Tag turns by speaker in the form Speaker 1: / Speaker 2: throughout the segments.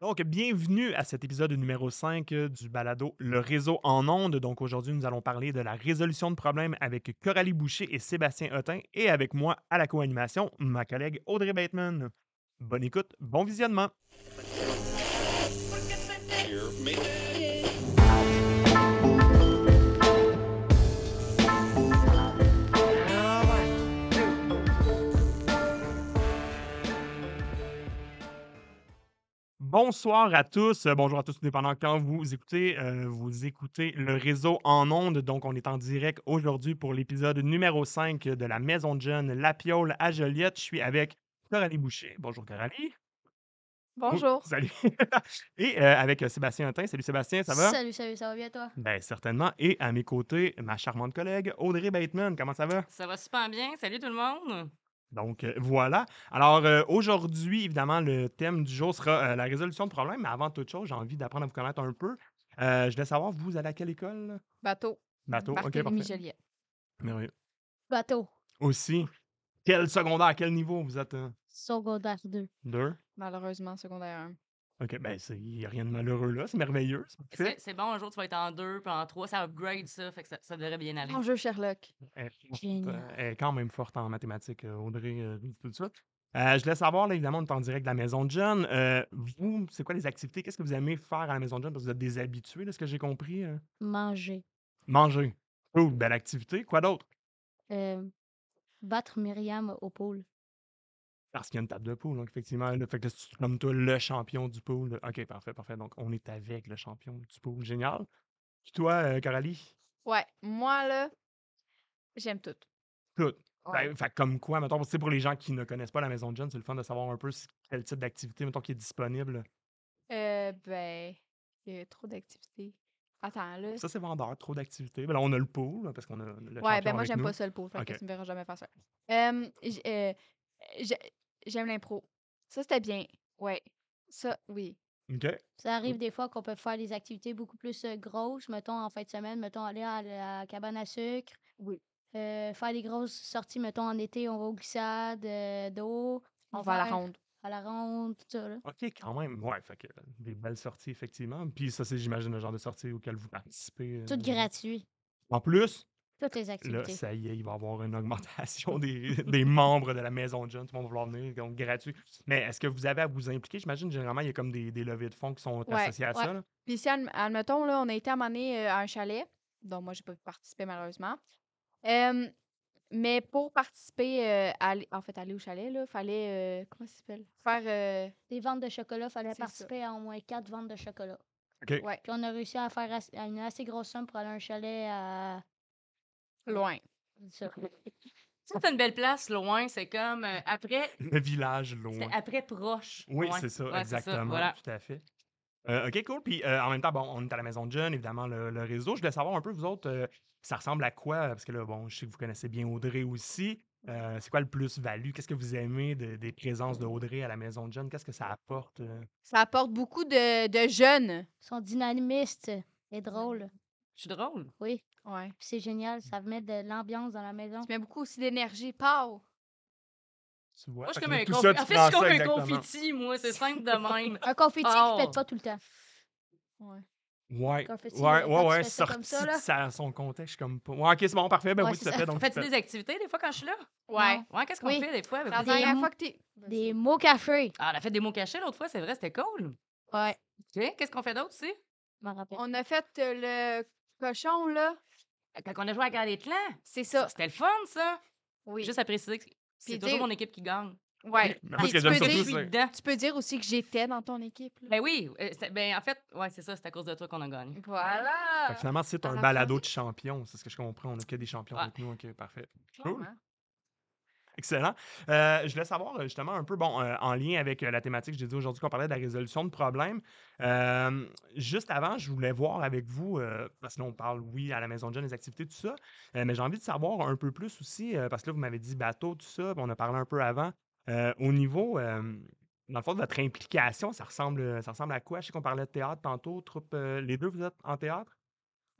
Speaker 1: Donc, bienvenue à cet épisode numéro 5 du balado Le réseau en ondes. Donc, aujourd'hui, nous allons parler de la résolution de problèmes avec Coralie Boucher et Sébastien Hotin et avec moi à la co-animation, ma collègue Audrey Bateman. Bonne écoute, bon visionnement. Bonsoir à tous. Euh, Bonjour à tous, dépendant quand vous écoutez. euh, vous écoutez le réseau en ondes. Donc, on est en direct aujourd'hui pour l'épisode numéro 5 de la Maison de Jeunes, La Piole à Joliette. Je suis avec Coralie Boucher. Bonjour, Coralie.
Speaker 2: Bonjour.
Speaker 1: Salut. Et euh, avec euh, Sébastien Huntin. Salut, Sébastien, ça va?
Speaker 2: Salut, salut, ça va bien toi?
Speaker 1: Bien, certainement. Et à mes côtés, ma charmante collègue Audrey Bateman. Comment ça va?
Speaker 3: Ça va super bien. Salut tout le monde.
Speaker 1: Donc euh, voilà. Alors euh, aujourd'hui, évidemment, le thème du jour sera euh, la résolution de problèmes. Mais avant toute chose, j'ai envie d'apprendre à vous connaître un peu. Euh, je voulais savoir, vous allez à quelle école?
Speaker 2: Bateau.
Speaker 1: Bateau. OK,
Speaker 3: Barthélemy
Speaker 1: parfait.
Speaker 3: Joliette.
Speaker 1: Merveilleux.
Speaker 4: Bateau.
Speaker 1: Aussi, quel secondaire, à quel niveau vous êtes? euh,
Speaker 4: Secondaire 2.
Speaker 1: deux?
Speaker 2: Malheureusement, secondaire 1.
Speaker 1: OK, ben c'est- il n'y a rien de malheureux là. C'est merveilleux. c'est parfait.
Speaker 3: C'est c'est bon, un jour tu vas être en deux, puis en trois, ça upgrade ça, fait que ça, ça devrait bien aller.
Speaker 2: Enjeu Sherlock.
Speaker 1: Elle est forte,
Speaker 4: Génial.
Speaker 1: euh, elle est quand même forte en mathématiques, euh, Audrey, euh, tout de suite. Euh, je laisse savoir, là, évidemment, on est en direct de la Maison de John. vous, c'est quoi les activités? Qu'est-ce que vous aimez faire à la Maison de John? Parce que vous êtes des habitués, de ce que j'ai compris. euh.
Speaker 4: Manger.
Speaker 1: Manger. Cool, belle activité. Quoi d'autre?
Speaker 4: Euh, battre Myriam au pôle.
Speaker 1: Parce qu'il y a une table de poule, donc effectivement. Là, fait que là, c'est comme toi le champion du pool. là. OK, parfait, parfait. Donc, on est avec le champion du pool. Génial. Puis toi, euh, Coralie?
Speaker 2: Ouais, moi là, j'aime tout.
Speaker 1: Tout.
Speaker 2: Ouais.
Speaker 1: Ben, fait que comme quoi, mettons, c'est pour les gens qui ne connaissent pas la Maison de John, c'est le fun de savoir un peu c- quel type d'activité, mettons, qui est disponible.
Speaker 2: Euh, ben, il y a trop d'activités. Attends là.
Speaker 1: Ça, c'est vendeur, trop d'activités. Ben là, on a le pool, là, parce qu'on a le
Speaker 2: ouais, ben moi j'aime pas ça le pot, fait que
Speaker 1: Ok.
Speaker 2: tu me verras jamais faire ça. Euh, j- euh, j'ai- j'aime l'impro. Ça c'était bien. Ouais. Ça, oui.
Speaker 1: OK.
Speaker 2: Mmh.
Speaker 4: Ça arrive des fois qu'on peut faire des activités beaucoup plus euh, grosses, mettons en fin de semaine, mettons aller à la cabane à sucre.
Speaker 2: Oui.
Speaker 4: Euh, faire des grosses sorties, mettons en été, on va aux glissades euh, d'eau.
Speaker 2: On va à la
Speaker 4: faire
Speaker 2: ronde.
Speaker 4: À la ronde, tout ça. là.
Speaker 1: OK, quand même. Ouais, fait que euh, des belles sorties, effectivement. Puis ça, c'est, j'imagine, le genre de sortie auquel vous participez. euh,
Speaker 2: Mmh
Speaker 4: Tout gratuit.
Speaker 1: En plus,
Speaker 4: Toutes les
Speaker 1: là,
Speaker 4: activités.
Speaker 1: ça y est, il va y avoir une augmentation des, des membres de la Maison de John. Tout le monde va vouloir venir, donc gratuit. Mais est-ce que vous avez à vous impliquer? J'imagine, généralement, il y a comme des, des levées de fonds qui sont
Speaker 2: Ouais,
Speaker 1: associées à
Speaker 2: ouais.
Speaker 1: ça. là.
Speaker 2: Puis si, adm- admettons, là, on a été amené à un chalet, dont moi, j'ai pas pu participer malheureusement. Euh, mais pour participer, euh, à aller- en fait, aller au chalet, là, fallait, euh, comment ça s'appelle? Faire,
Speaker 4: Les ventes de chocolat, fallait
Speaker 2: C'est ça.
Speaker 4: participer à au moins quatre ventes de chocolat.
Speaker 1: OK.
Speaker 2: Ouais.
Speaker 4: Puis on a réussi à faire ass- à une assez grosse somme pour aller à un chalet à.
Speaker 2: euh, loin.
Speaker 4: ça.
Speaker 3: Ça, c'est une belle place, loin. C'est comme euh, après,
Speaker 1: Le village
Speaker 3: c'est
Speaker 1: loin.
Speaker 3: après proche.
Speaker 1: Oui,
Speaker 3: Ouais.
Speaker 1: c'est ça,
Speaker 3: Ouais,
Speaker 1: exactement.
Speaker 3: voilà.
Speaker 1: Tout à fait. Euh, OK, cool. Puis euh, en même temps, bon, on est à la maison de John, évidemment, le, le réseau. Je voulais savoir un peu, vous autres, euh, ça ressemble à quoi? Parce que là, bon, je sais que vous connaissez bien Audrey aussi. Euh, c'est quoi le plus-value? Qu'est-ce que vous aimez de- des présences de Audrey à la maison de John? Qu'est-ce que ça apporte? euh?
Speaker 2: Ça apporte beaucoup de, de jeunes.
Speaker 4: Ils sont dynamistes et drôles.
Speaker 3: Je suis drôle.
Speaker 4: Oui,
Speaker 2: Ouais.
Speaker 4: puis c'est génial. Ça met de l'ambiance dans la maison.
Speaker 2: Tu mets beaucoup aussi d'énergie. Pow!
Speaker 1: Tu vois? Fait
Speaker 3: Moi, je
Speaker 1: que
Speaker 3: suis comme
Speaker 1: là,
Speaker 3: un
Speaker 1: tout
Speaker 3: confi-
Speaker 1: ça, tu
Speaker 3: En fait, je suis
Speaker 1: prends
Speaker 3: comme
Speaker 1: ça
Speaker 3: un
Speaker 1: exactement.
Speaker 3: confiti, moi. C'est simple de même.
Speaker 4: Un confetti qui
Speaker 3: Oh.
Speaker 4: pète pas tout le temps.
Speaker 1: Ouais,
Speaker 4: confetti,
Speaker 1: ouais,
Speaker 4: là,
Speaker 1: ouais,
Speaker 4: quand tu
Speaker 1: ouais,
Speaker 4: fais ça comme
Speaker 1: sorti
Speaker 4: ça,
Speaker 1: de
Speaker 4: là.
Speaker 1: sa- son contexte, je suis comme pas. Ouais, OK, c'est bon, parfait. Ben
Speaker 4: Ouais,
Speaker 1: oui, tout
Speaker 4: c'est
Speaker 1: à fait.
Speaker 4: ça.
Speaker 1: Donc,
Speaker 3: Fais-tu
Speaker 1: tu fais-
Speaker 3: des activités des fois quand je suis là?
Speaker 2: Ouais.
Speaker 3: Ouais, qu'est-ce qu'on
Speaker 4: Oui.
Speaker 3: fait des fois? avec
Speaker 2: La
Speaker 3: vous?
Speaker 4: Des
Speaker 2: dernière
Speaker 4: mots-
Speaker 2: fois que t'es...
Speaker 4: Des mots café.
Speaker 3: Ah, on a fait des mots cachés l'autre fois, c'est vrai, c'était cool.
Speaker 4: Ouais,
Speaker 3: OK. Qu'est-ce qu'on fait d'autre aussi?
Speaker 4: je m'en rappelle.
Speaker 2: On a fait euh, le cochon, là.
Speaker 3: Quand on a joué à la guerre des clans,
Speaker 2: C'est
Speaker 3: ça,
Speaker 2: ça.
Speaker 3: c'était le fun, ça.
Speaker 2: Oui.
Speaker 3: Juste à préciser que c'est
Speaker 2: Puis,
Speaker 3: toujours
Speaker 2: t'sais-
Speaker 3: mon équipe qui gagne.
Speaker 2: Ouais.
Speaker 1: Mais moi,
Speaker 2: Puis
Speaker 1: ce que
Speaker 2: tu
Speaker 1: j'aime
Speaker 2: peux
Speaker 1: surtout,
Speaker 3: Je
Speaker 2: dire-
Speaker 3: suis
Speaker 1: c'est-
Speaker 3: dedans.
Speaker 2: Tu peux dire aussi que j'étais dans ton équipe. là.
Speaker 3: Ben oui, euh, c'est- ben en fait, ouais, c'est ça, c'est à cause de toi qu'on a gagné.
Speaker 1: Fait
Speaker 2: Voilà.
Speaker 1: que finalement, c'est
Speaker 2: à
Speaker 1: un
Speaker 2: la
Speaker 1: balado
Speaker 2: fin-
Speaker 1: de champions, c'est ce que je comprends. On n'a que des champions
Speaker 3: Ouais.
Speaker 1: avec nous. OK, parfait.
Speaker 3: Clairement.
Speaker 1: Excellent. Euh, je voulais savoir euh, justement un peu, bon, euh, en lien avec euh, la thématique, j'ai dit aujourd'hui qu'on parlait de la résolution de problèmes. Euh, juste avant, je voulais voir avec vous, euh, parce que là, on parle, oui, à la maison de jeunes, les activités, tout ça, euh, mais j'ai envie de savoir un peu plus aussi, euh, parce que là, vous m'avez dit bateau, tout ça, puis on a parlé un peu avant. Euh, au niveau, euh, dans le fond, de votre implication, ça ressemble, ça ressemble à quoi? Je sais qu'on parlait de théâtre tantôt, troupe, euh, les deux, vous êtes en théâtre?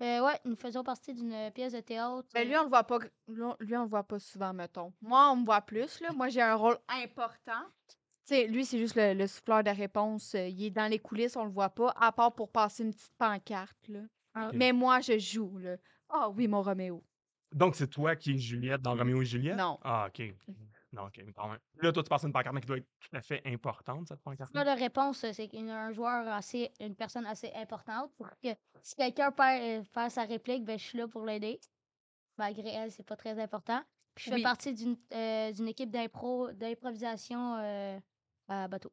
Speaker 4: Euh, ouais, nous faisons partie d'une euh, pièce de théâtre.
Speaker 2: Ben
Speaker 4: euh,
Speaker 2: lui, on le voit pas. gr- Lui, on- lui, on le voit pas souvent, mettons. Moi, on me voit plus, là. Moi, j'ai un rôle important. Tu sais, lui, c'est juste le, le souffleur de réponse. euh, Il est dans les coulisses, on le voit pas, à part pour passer une petite pancarte. Là.
Speaker 4: Ah.
Speaker 2: Mais moi, je joue. là. Ah oui, mon Roméo.
Speaker 1: Donc, c'est toi qui es Juliette dans Roméo et Juliette?
Speaker 2: Non.
Speaker 1: Ah, OK.
Speaker 3: Mm.
Speaker 1: Non, OK, mais quand même. Là, toi, tu passes une pancarte mais qui doit être tout à fait importante, cette pancarte.
Speaker 4: Là, la réponse, euh, c'est qu'un joueur assez, une personne assez importante pour que si quelqu'un perd, euh, perd sa réplique, ben, je suis là pour l'aider. Malgré elle, c'est pas très important. Puis je fais
Speaker 2: Oui.
Speaker 4: partie d'une euh, d'une équipe d'impro, d'improvisation euh, à bateau.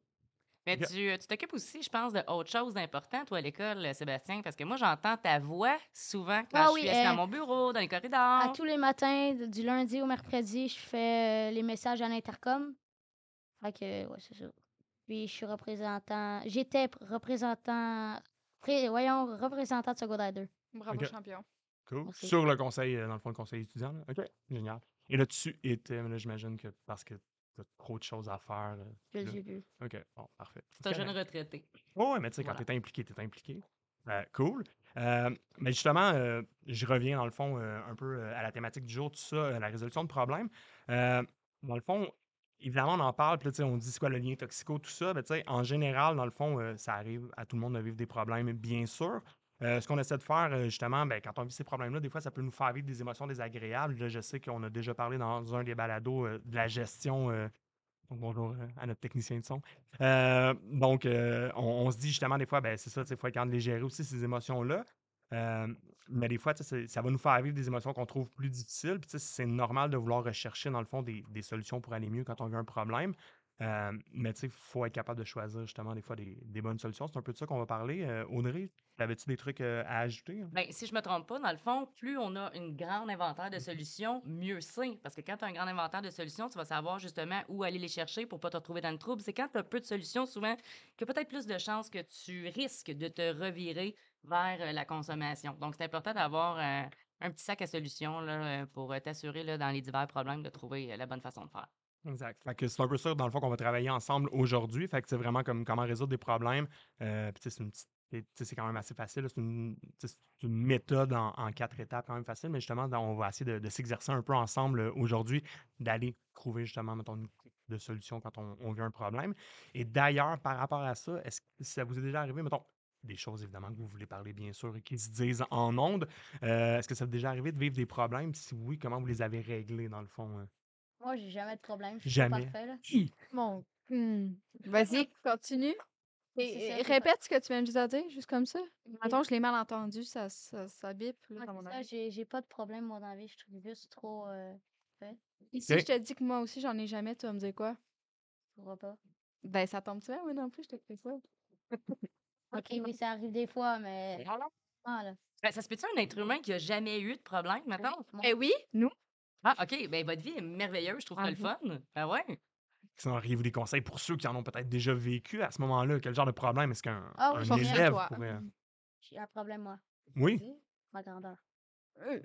Speaker 3: Mais
Speaker 1: Ok.
Speaker 3: tu tu t'occupes aussi, je pense, de autre chose d'important, toi, à l'école, euh, Sébastien, parce que moi, j'entends ta voix souvent quand
Speaker 4: Ah
Speaker 3: je
Speaker 4: oui,
Speaker 3: suis assise
Speaker 4: euh,
Speaker 3: dans mon bureau, dans les corridors.
Speaker 4: À tous les matins, d- du lundi au mercredi, je fais euh, les messages à l'intercom. Fait que, ouais, c'est ça. Puis je suis représentant. J'étais pr- représentant. pré- voyons, représentant de secondaire 2.
Speaker 2: Bravo,
Speaker 1: Ok.
Speaker 2: champion.
Speaker 1: Cool.
Speaker 4: Merci.
Speaker 1: Sur le conseil, euh, dans le fond, le conseil étudiant. là. OK. Génial. Et là, tu étais, mais là, j'imagine que parce que tu as trop de choses à faire. euh,
Speaker 4: Je
Speaker 1: Là.
Speaker 4: l'ai vu.
Speaker 1: OK, bon, parfait.
Speaker 3: C'est un jeune
Speaker 1: Correct.
Speaker 3: retraité.
Speaker 1: Oui, ouais, mais tu sais, quand
Speaker 3: Voilà.
Speaker 1: tu es impliqué, tu es impliqué. Euh, cool. Euh, mais justement, euh, je reviens dans le fond euh, un peu euh, à la thématique du jour, tout ça, euh, la résolution de problèmes. Euh, dans le fond, évidemment, on en parle, puis là, tu sais, on dit c'est quoi le lien toxico, tout ça. Mais tu sais, en général, dans le fond, euh, ça arrive à tout le monde de vivre des problèmes, bien sûr. Euh, ce qu'on essaie de faire, euh, justement, ben, quand on vit ces problèmes-là, des fois, ça peut nous faire vivre des émotions désagréables. Là, je sais qu'on a déjà parlé dans un des balados euh, de la gestion. euh, donc, bonjour euh, à notre technicien de son. Euh, donc, euh, on, on se dit justement des fois, ben, c'est ça, il faut être capable de les gérer aussi, ces émotions-là. Euh, mais des fois, tu sais, c'est- ça va nous faire vivre des émotions qu'on trouve plus difficiles. Puis, tu sais, c'est normal de vouloir rechercher, dans le fond, des, des solutions pour aller mieux quand on vit un problème. Euh, mais tu sais, il faut être capable de choisir justement des fois des, des bonnes solutions. C'est un peu de ça qu'on va parler. Euh, Audrey, avais-tu des trucs euh, à ajouter? hein?
Speaker 3: Ben, si je me trompe pas, dans le fond, plus on a une grande inventaire de solutions, mieux c'est. Parce que quand tu as un grand inventaire de solutions, tu vas savoir justement où aller les chercher pour pas te retrouver dans le trouble. C'est quand tu as peu de solutions, souvent, que peut-être plus de chances que tu risques de te revirer vers euh, la consommation. Donc, c'est important d'avoir euh, un petit sac à solutions là, euh, pour euh, t'assurer là, dans les divers problèmes de trouver euh, la bonne façon de faire.
Speaker 1: Exact. Fait que c'est un peu ça, dans le fond, qu'on va travailler ensemble aujourd'hui. Fait que c'est vraiment comme comment résoudre des problèmes. Euh, puis tu sais, c'est une petite- tu sais, c'est quand même assez facile. là. C'est une, tu sais, c'est une méthode en, en quatre étapes quand même facile, mais justement, dans- on va essayer de, de s'exercer un peu ensemble euh, aujourd'hui, d'aller trouver justement, mettons, une coupe de solution quand on, on vit un problème. Et d'ailleurs, par rapport à ça, est-ce que ça vous est déjà arrivé, mettons, des choses évidemment que vous voulez parler bien sûr et qui se disent en ondes, euh, est-ce que ça vous est déjà arrivé de vivre des problèmes? Si oui, comment vous les avez réglés dans le fond? hein?
Speaker 4: Moi, j'ai jamais de problème. Je suis
Speaker 1: Jamais.
Speaker 4: parfait, là.
Speaker 2: Mon. Hmm. Vas-y, continue. Et,
Speaker 4: ça,
Speaker 2: et
Speaker 4: c'est
Speaker 2: répète ce que tu viens juste de dire, juste comme ça.
Speaker 4: Ok.
Speaker 2: Attends, je l'ai mal entendu, ça, ça, ça bip là, dans
Speaker 4: Moi, c'est
Speaker 2: mon
Speaker 4: ça,
Speaker 2: oreille.
Speaker 4: j'ai j'ai pas de problème, moi, dans la vie. Je trouve juste trop. Euh,
Speaker 2: Et si
Speaker 1: Ok.
Speaker 2: je te dis que moi aussi, j'en ai jamais, tu vas me dire quoi?
Speaker 4: je trouve pas.
Speaker 2: Ben, ça tombe-tu bien? Oui, non plus, je te fais ça.
Speaker 4: Ok, oui, ça arrive des fois, mais. Ah, là.
Speaker 3: Ben, ça se peut-tu un être humain qui a jamais eu de problème, maintenant?
Speaker 4: Moi,
Speaker 1: Eh.
Speaker 2: Ben oui, nous.
Speaker 3: Ah, OK. Ben, votre vie est merveilleuse. Je trouve ça
Speaker 2: Ah
Speaker 3: le fun. Ben ouais.
Speaker 1: Sinon, auriez-vous des conseils pour ceux qui en ont peut-être déjà vécu à ce moment-là? Quel genre de problème est-ce qu'un
Speaker 4: Ah oui,
Speaker 1: un
Speaker 4: je reviens à
Speaker 1: élève
Speaker 2: toi.
Speaker 1: pourrait...
Speaker 4: J'ai un problème, moi.
Speaker 1: Oui?
Speaker 4: Ma grandeur.
Speaker 2: Euh,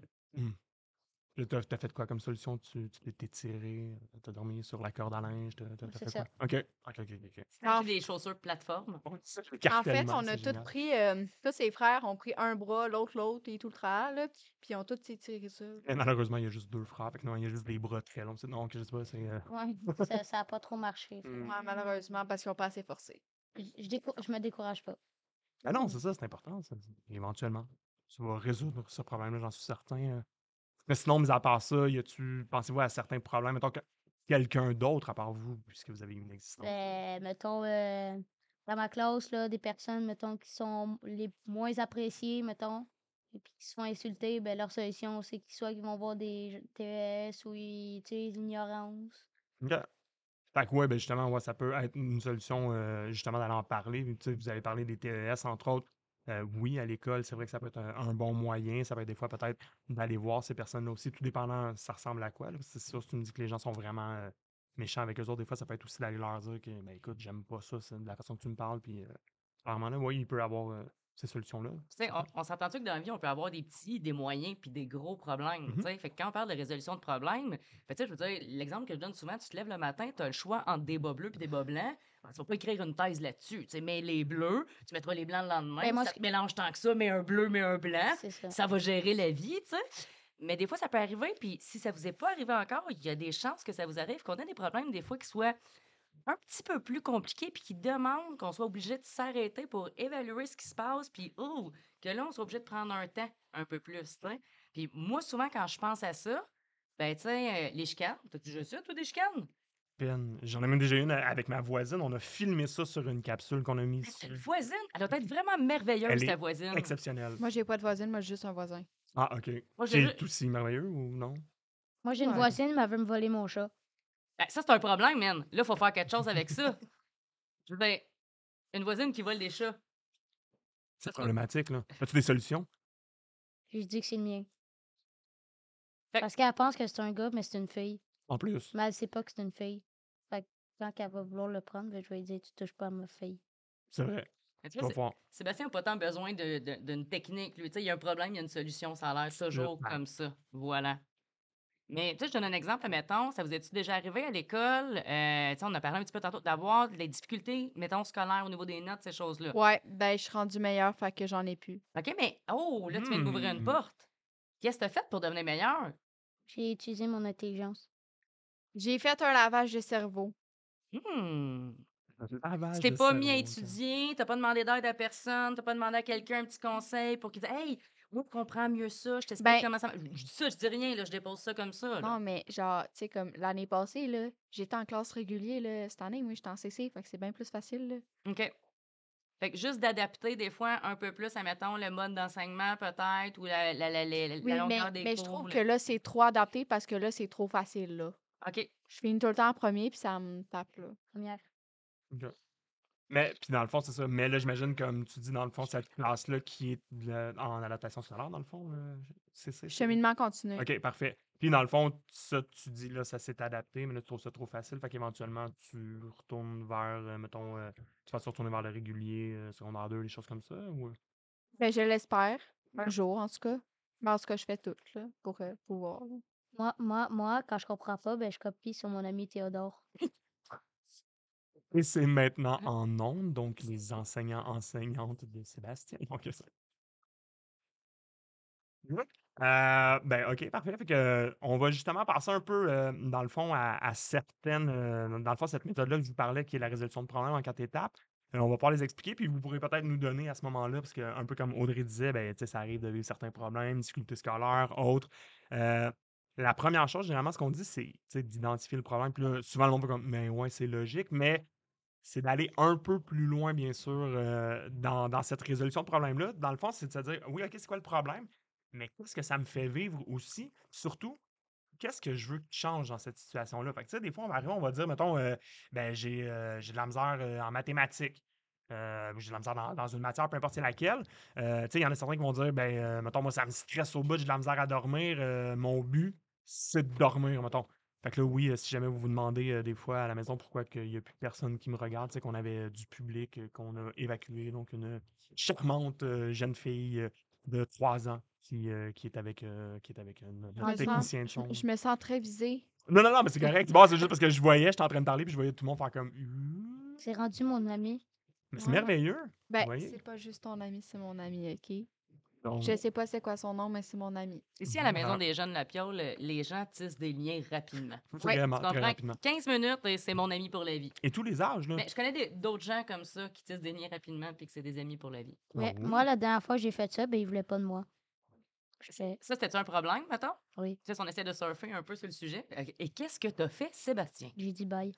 Speaker 1: Là, T'as as fait quoi comme solution? Tu tu t'es- t'es tiré, euh, t'as dormi sur la corde à linge, t'as t'as- t'as
Speaker 4: C'est
Speaker 1: fait
Speaker 4: ça.
Speaker 1: quoi? OK. OK, OK, OK.
Speaker 2: En,
Speaker 3: J'ai des chaussures plateforme.
Speaker 1: Bon, ça, le
Speaker 2: en fait,
Speaker 1: cartèlement,
Speaker 2: on a
Speaker 1: c'est
Speaker 2: tous
Speaker 1: génial.
Speaker 2: pris, euh, tous ses frères ont pris un bras, l'autre, l'autre et tout le travers, là, puis ils ont tous tiré ça.
Speaker 1: Mais malheureusement, il y a juste deux frères. Fait que non, il y a juste des bras très longs. C'est- Non, que je sais pas, c'est... euh,
Speaker 4: Ouais, ça, ça a pas trop marché. fait que
Speaker 1: Mm.
Speaker 2: Ouais, malheureusement, parce qu'ils ont pas assez forcé.
Speaker 4: j- Je, décou- je me décourage pas.
Speaker 1: Ah non, c'est ça, c'est important. ça. Éventuellement, tu vas résoudre ce problème-là, j'en suis certain. euh. Mais sinon, mis à part ça, y a-tu, pensez-vous à certains problèmes? Mettons que quelqu'un d'autre à part vous, puisque vous avez une existence.
Speaker 4: Ben, mettons, euh, dans ma classe, là, des personnes, mettons, qui sont les moins appréciées, mettons, et puis qui se font insulter, ben, leur solution, c'est qu'ils soit qu'ils vont voir des jeux- TES ou ils utilisent l'ignorance.
Speaker 1: OK. Fait que ouais, ben justement, ouais, ça peut être une solution euh, justement d'aller en parler. Puis, tu sais, Vous avez parlé des TES, entre autres. Euh, oui, à l'école, c'est vrai que ça peut être un, un bon moyen. Ça peut être des fois peut-être d'aller voir ces personnes-là aussi, tout dépendant ça ressemble à quoi. là. C'est sûr, si tu me dis que les gens sont vraiment euh, méchants avec eux autres, des fois, ça peut être aussi d'aller leur dire que ben, écoute, j'aime pas ça, c'est de la façon que tu me parles. Puis, euh, à un moment là, oui, il peut avoir euh, ces solutions-là.
Speaker 3: Tu sais, on, on s'entend-tu que dans la vie, on peut avoir des petits, des moyens, puis des gros problèmes.
Speaker 1: Mhm.
Speaker 3: tu sais? Fait que quand on parle de résolution de problèmes, fait, tu sais, je veux dire, l'exemple que je donne souvent, tu te lèves le matin, tu as le choix entre des bas bleus puis des bas blancs. Ah, Tu vas pas écrire une thèse là-dessus. Tu sais, mets les bleus, tu mettras les blancs le lendemain.
Speaker 4: Ben, moi,
Speaker 3: ça
Speaker 4: ce
Speaker 3: te mélange tant que ça, mets un bleu, mets un blanc.
Speaker 4: C'est ça.
Speaker 3: Ça va gérer la vie, tu sais. Mais des fois, ça peut arriver, puis si ça vous est pas arrivé encore, il y a des chances que ça vous arrive, qu'on a des problèmes des fois qui soient un petit peu plus compliqué, puis qui demande qu'on soit obligé de s'arrêter pour évaluer ce qui se passe, puis ouh, que là, on soit obligé de prendre un temps un peu plus. tu sais. Puis moi, souvent, quand je pense à ça, ben, tu sais, euh, les chicanes, t'as-tu déjà ça, toi, des chicanes?
Speaker 1: Peine. Ben, J'en ai même déjà une avec ma voisine. On a filmé ça sur une capsule qu'on a mise
Speaker 3: Cette
Speaker 1: sur.
Speaker 3: voisine, elle doit être vraiment merveilleuse,
Speaker 1: Elle est
Speaker 3: ta voisine.
Speaker 1: Exceptionnel.
Speaker 2: Moi, j'ai pas de voisine, moi, j'ai juste un voisin.
Speaker 1: Ah, OK.
Speaker 3: Moi,
Speaker 1: Qui
Speaker 3: j'ai-
Speaker 1: est aussi merveilleux ou non?
Speaker 4: Moi, j'ai une
Speaker 2: Ouais.
Speaker 4: voisine, mais elle veut me voler mon chat.
Speaker 3: Ben, ça, c'est un problème, man. Là, faut faire quelque chose avec ça. Je veux dire, une voisine qui vole des chats.
Speaker 1: C'est problématique, là. As-tu des solutions?
Speaker 4: J'ai dit que c'est le mien.
Speaker 3: Fait-
Speaker 4: Parce qu'elle pense que c'est un gars, mais c'est une fille.
Speaker 1: En plus.
Speaker 4: Mais elle sait pas que c'est une fille. Fait que quand elle va vouloir le prendre, ben, je vais lui dire Tu touches pas à ma fille.
Speaker 1: C'est vrai.
Speaker 3: Mais tu
Speaker 1: Tu
Speaker 3: vois,
Speaker 1: vas
Speaker 3: c'est-
Speaker 1: voir.
Speaker 3: Sébastien n'a pas tant besoin de- de- d'une technique. Lui, Tu sais, il y a un problème, il y a une solution. Ça a l'air toujours
Speaker 1: Absolument.
Speaker 3: comme ça. Voilà. Mais tu sais, je donne un exemple, mettons, ça vous est-tu déjà arrivé à l'école? euh, tu sais, on a parlé un petit peu tantôt d'avoir des difficultés, mettons, scolaires au niveau des notes, ces choses-là.
Speaker 2: Ouais, ben, je suis rendue meilleure, fait que j'en ai plus.
Speaker 3: OK, mais oh, là, tu viens de m'ouvrir une
Speaker 1: Hmm.
Speaker 3: porte. Qu'est-ce que tu as fait pour devenir meilleur?
Speaker 4: J'ai utilisé mon intelligence.
Speaker 2: J'ai fait un lavage de cerveau.
Speaker 3: Hmm.
Speaker 1: Lavage
Speaker 3: Tu t'es
Speaker 1: de
Speaker 3: pas
Speaker 1: cerveau,
Speaker 3: mis à
Speaker 1: ça. euh.
Speaker 3: étudier, t'as pas demandé d'aide à personne, t'as pas demandé à quelqu'un un petit conseil pour qu'il dise Hey, moi, je comprends mieux ça, je t'explique
Speaker 2: Ben-
Speaker 3: comment ça. marche. Je je dis ça, je dis rien, là, je dépose ça comme ça. Oh là.
Speaker 2: Non, mais genre, tu sais, comme l'année passée, là, j'étais en classe régulière, là. Cette année, moi, j'étais en CC, fait que c'est bien plus facile, là.
Speaker 3: OK. Fait que juste d'adapter des fois un peu plus à, mettons, le mode d'enseignement peut-être ou la, la, la, la- la
Speaker 2: Oui, mais,
Speaker 3: longueur des
Speaker 2: mais je
Speaker 3: cours.
Speaker 2: trouve
Speaker 3: là.
Speaker 2: que là, c'est trop adapté parce que là, c'est trop facile, là.
Speaker 3: OK.
Speaker 2: Je finis tout le temps en premier, puis ça me tape, là.
Speaker 4: Première.
Speaker 1: Mais, puis dans le fond, c'est ça. Mais là, j'imagine, comme tu dis, dans le fond, cette classe-là qui est de la- en adaptation scolaire, dans le fond, euh, c'est c'est- c'est-
Speaker 2: Cheminement continu.
Speaker 1: OK, parfait. Puis dans le fond, ça, tu dis, là, ça s'est adapté, mais là, tu trouves ça trop facile. Fait qu'éventuellement, tu retournes vers, euh, mettons, euh, tu vas te retourner vers le régulier, euh, secondaire 2, les choses comme ça. Ou... euh?
Speaker 2: Ben, je l'espère. Un jour, en tout cas. Mais en tout cas, je fais tout, là, pour euh, pouvoir. là.
Speaker 4: Moi, moi, moi, quand je comprends pas, ben, je copie sur mon ami Théodore.
Speaker 1: Et c'est maintenant en ondes, donc les enseignants, enseignantes de Sébastien. Donc, ça- Ouais. Euh, ben, OK, parfait. Fait que, euh, on va justement passer un peu, euh, dans le fond, à, à certaines. euh, dans le fond, cette méthode-là que je vous parlais, qui est la résolution de problèmes en quatre étapes. Euh, on va pouvoir les expliquer, puis vous pourrez peut-être nous donner à ce moment-là, parce que, un peu comme Audrey disait, ben, tu sais, ça arrive de vivre certains problèmes, difficultés scolaires, autres. Euh, la première chose, généralement, ce qu'on dit, c'est tu sais, d'identifier le problème. Puis là, souvent, le monde va comme, mais ouais, c'est logique, mais c'est d'aller un peu plus loin, bien sûr, euh, dans, dans cette résolution de problème-là. Dans le fond, c'est de se dire, oui, OK, c'est quoi le problème, mais qu'est-ce que ça me fait vivre aussi? Surtout, qu'est-ce que je veux que change dans cette situation-là? Fait que, tu sais, des fois, on va arriver, on va dire, mettons, euh, ben, j'ai euh, j'ai de la misère euh, en mathématiques. Euh, j'ai de la misère dans, dans une matière, peu importe c'est laquelle. Euh, tu sais, il y en a certains qui vont dire, ben, euh, mettons, moi, ça me stresse au bout, j'ai de la misère à dormir. Euh, mon but, c'est de dormir, mettons. Fait que là, oui, euh, si jamais vous vous demandez euh, des fois à la maison pourquoi il n'y a plus personne qui me regarde, c'est qu'on avait euh, du public euh, qu'on a évacué, donc une charmante euh, jeune fille euh, de 3 ans qui, euh, qui est avec, euh, qui est avec un, un
Speaker 2: Ah, je
Speaker 1: technicien de son.
Speaker 2: Je me sens très visée.
Speaker 1: Non, non, non, mais c'est correct. Bon, c'est juste parce que je voyais, j'étais en train de parler, puis je voyais tout le monde faire comme. Hum,
Speaker 4: C'est rendu mon ami.
Speaker 1: Mais c'est
Speaker 2: Ouais.
Speaker 1: merveilleux.
Speaker 2: Ben,
Speaker 1: voyez?
Speaker 2: c'est pas juste ton ami, c'est mon ami, OK?
Speaker 1: Donc,
Speaker 2: Je sais pas c'est quoi son nom, mais c'est mon ami.
Speaker 3: Ici, à la maison
Speaker 1: Voilà.
Speaker 3: des jeunes La Piole, euh, les gens tissent des liens rapidement.
Speaker 1: vraiment,
Speaker 3: tu
Speaker 1: très
Speaker 3: comprends?
Speaker 1: rapidement. Ah.
Speaker 3: 15 minutes et c'est mon ami pour la vie.
Speaker 1: Et tous les âges, là.
Speaker 3: Mais je connais des- d'autres gens comme ça qui tissent des liens rapidement puis que c'est des amis pour la vie.
Speaker 1: Ah
Speaker 4: Mais
Speaker 1: oui.
Speaker 4: moi, la dernière fois, j'ai fait ça, ben, il voulait pas de moi. Je fais
Speaker 3: Ça, c'était-tu un problème, mettons?
Speaker 4: Oui.
Speaker 3: Tu sais, si on essaie de surfer un peu sur le sujet. Ok, Et qu'est-ce que t'as fait, Sébastien?
Speaker 4: J'ai dit bye.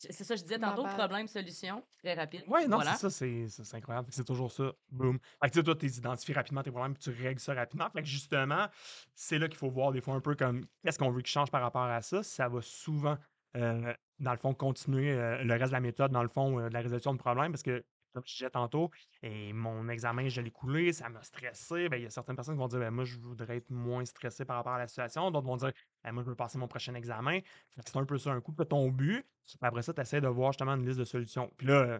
Speaker 3: C'est ça, je disais
Speaker 2: Ma
Speaker 3: tantôt,
Speaker 2: balle.
Speaker 3: problème-solution, très rapide.
Speaker 1: Ouais, non,
Speaker 3: Voilà.
Speaker 1: c'est ça, c'est c'est- c'est incroyable. Fait que C'est toujours ça. Boum. Fait que tu sais, toi, tu identifies rapidement tes problèmes, puis tu règles ça rapidement. Fait que justement, c'est là qu'il faut voir des fois un peu comme qu'est-ce qu'on veut qui change par rapport à ça. Ça va souvent, euh, dans le fond, continuer euh, le reste de la méthode, dans le fond, euh, de la résolution de problèmes, parce que, comme je disais tantôt, et mon examen, je l'ai coulé, ça m'a stressé. Ben, Il y a certaines personnes qui vont dire, ben, moi, je voudrais être moins stressé par rapport à la situation. D'autres vont dire, Ben, moi, je veux passer mon prochain examen. Fait que C'est un peu ça, un coup de ton but. Après ça, tu essaies de voir justement une liste de solutions. Puis là, euh,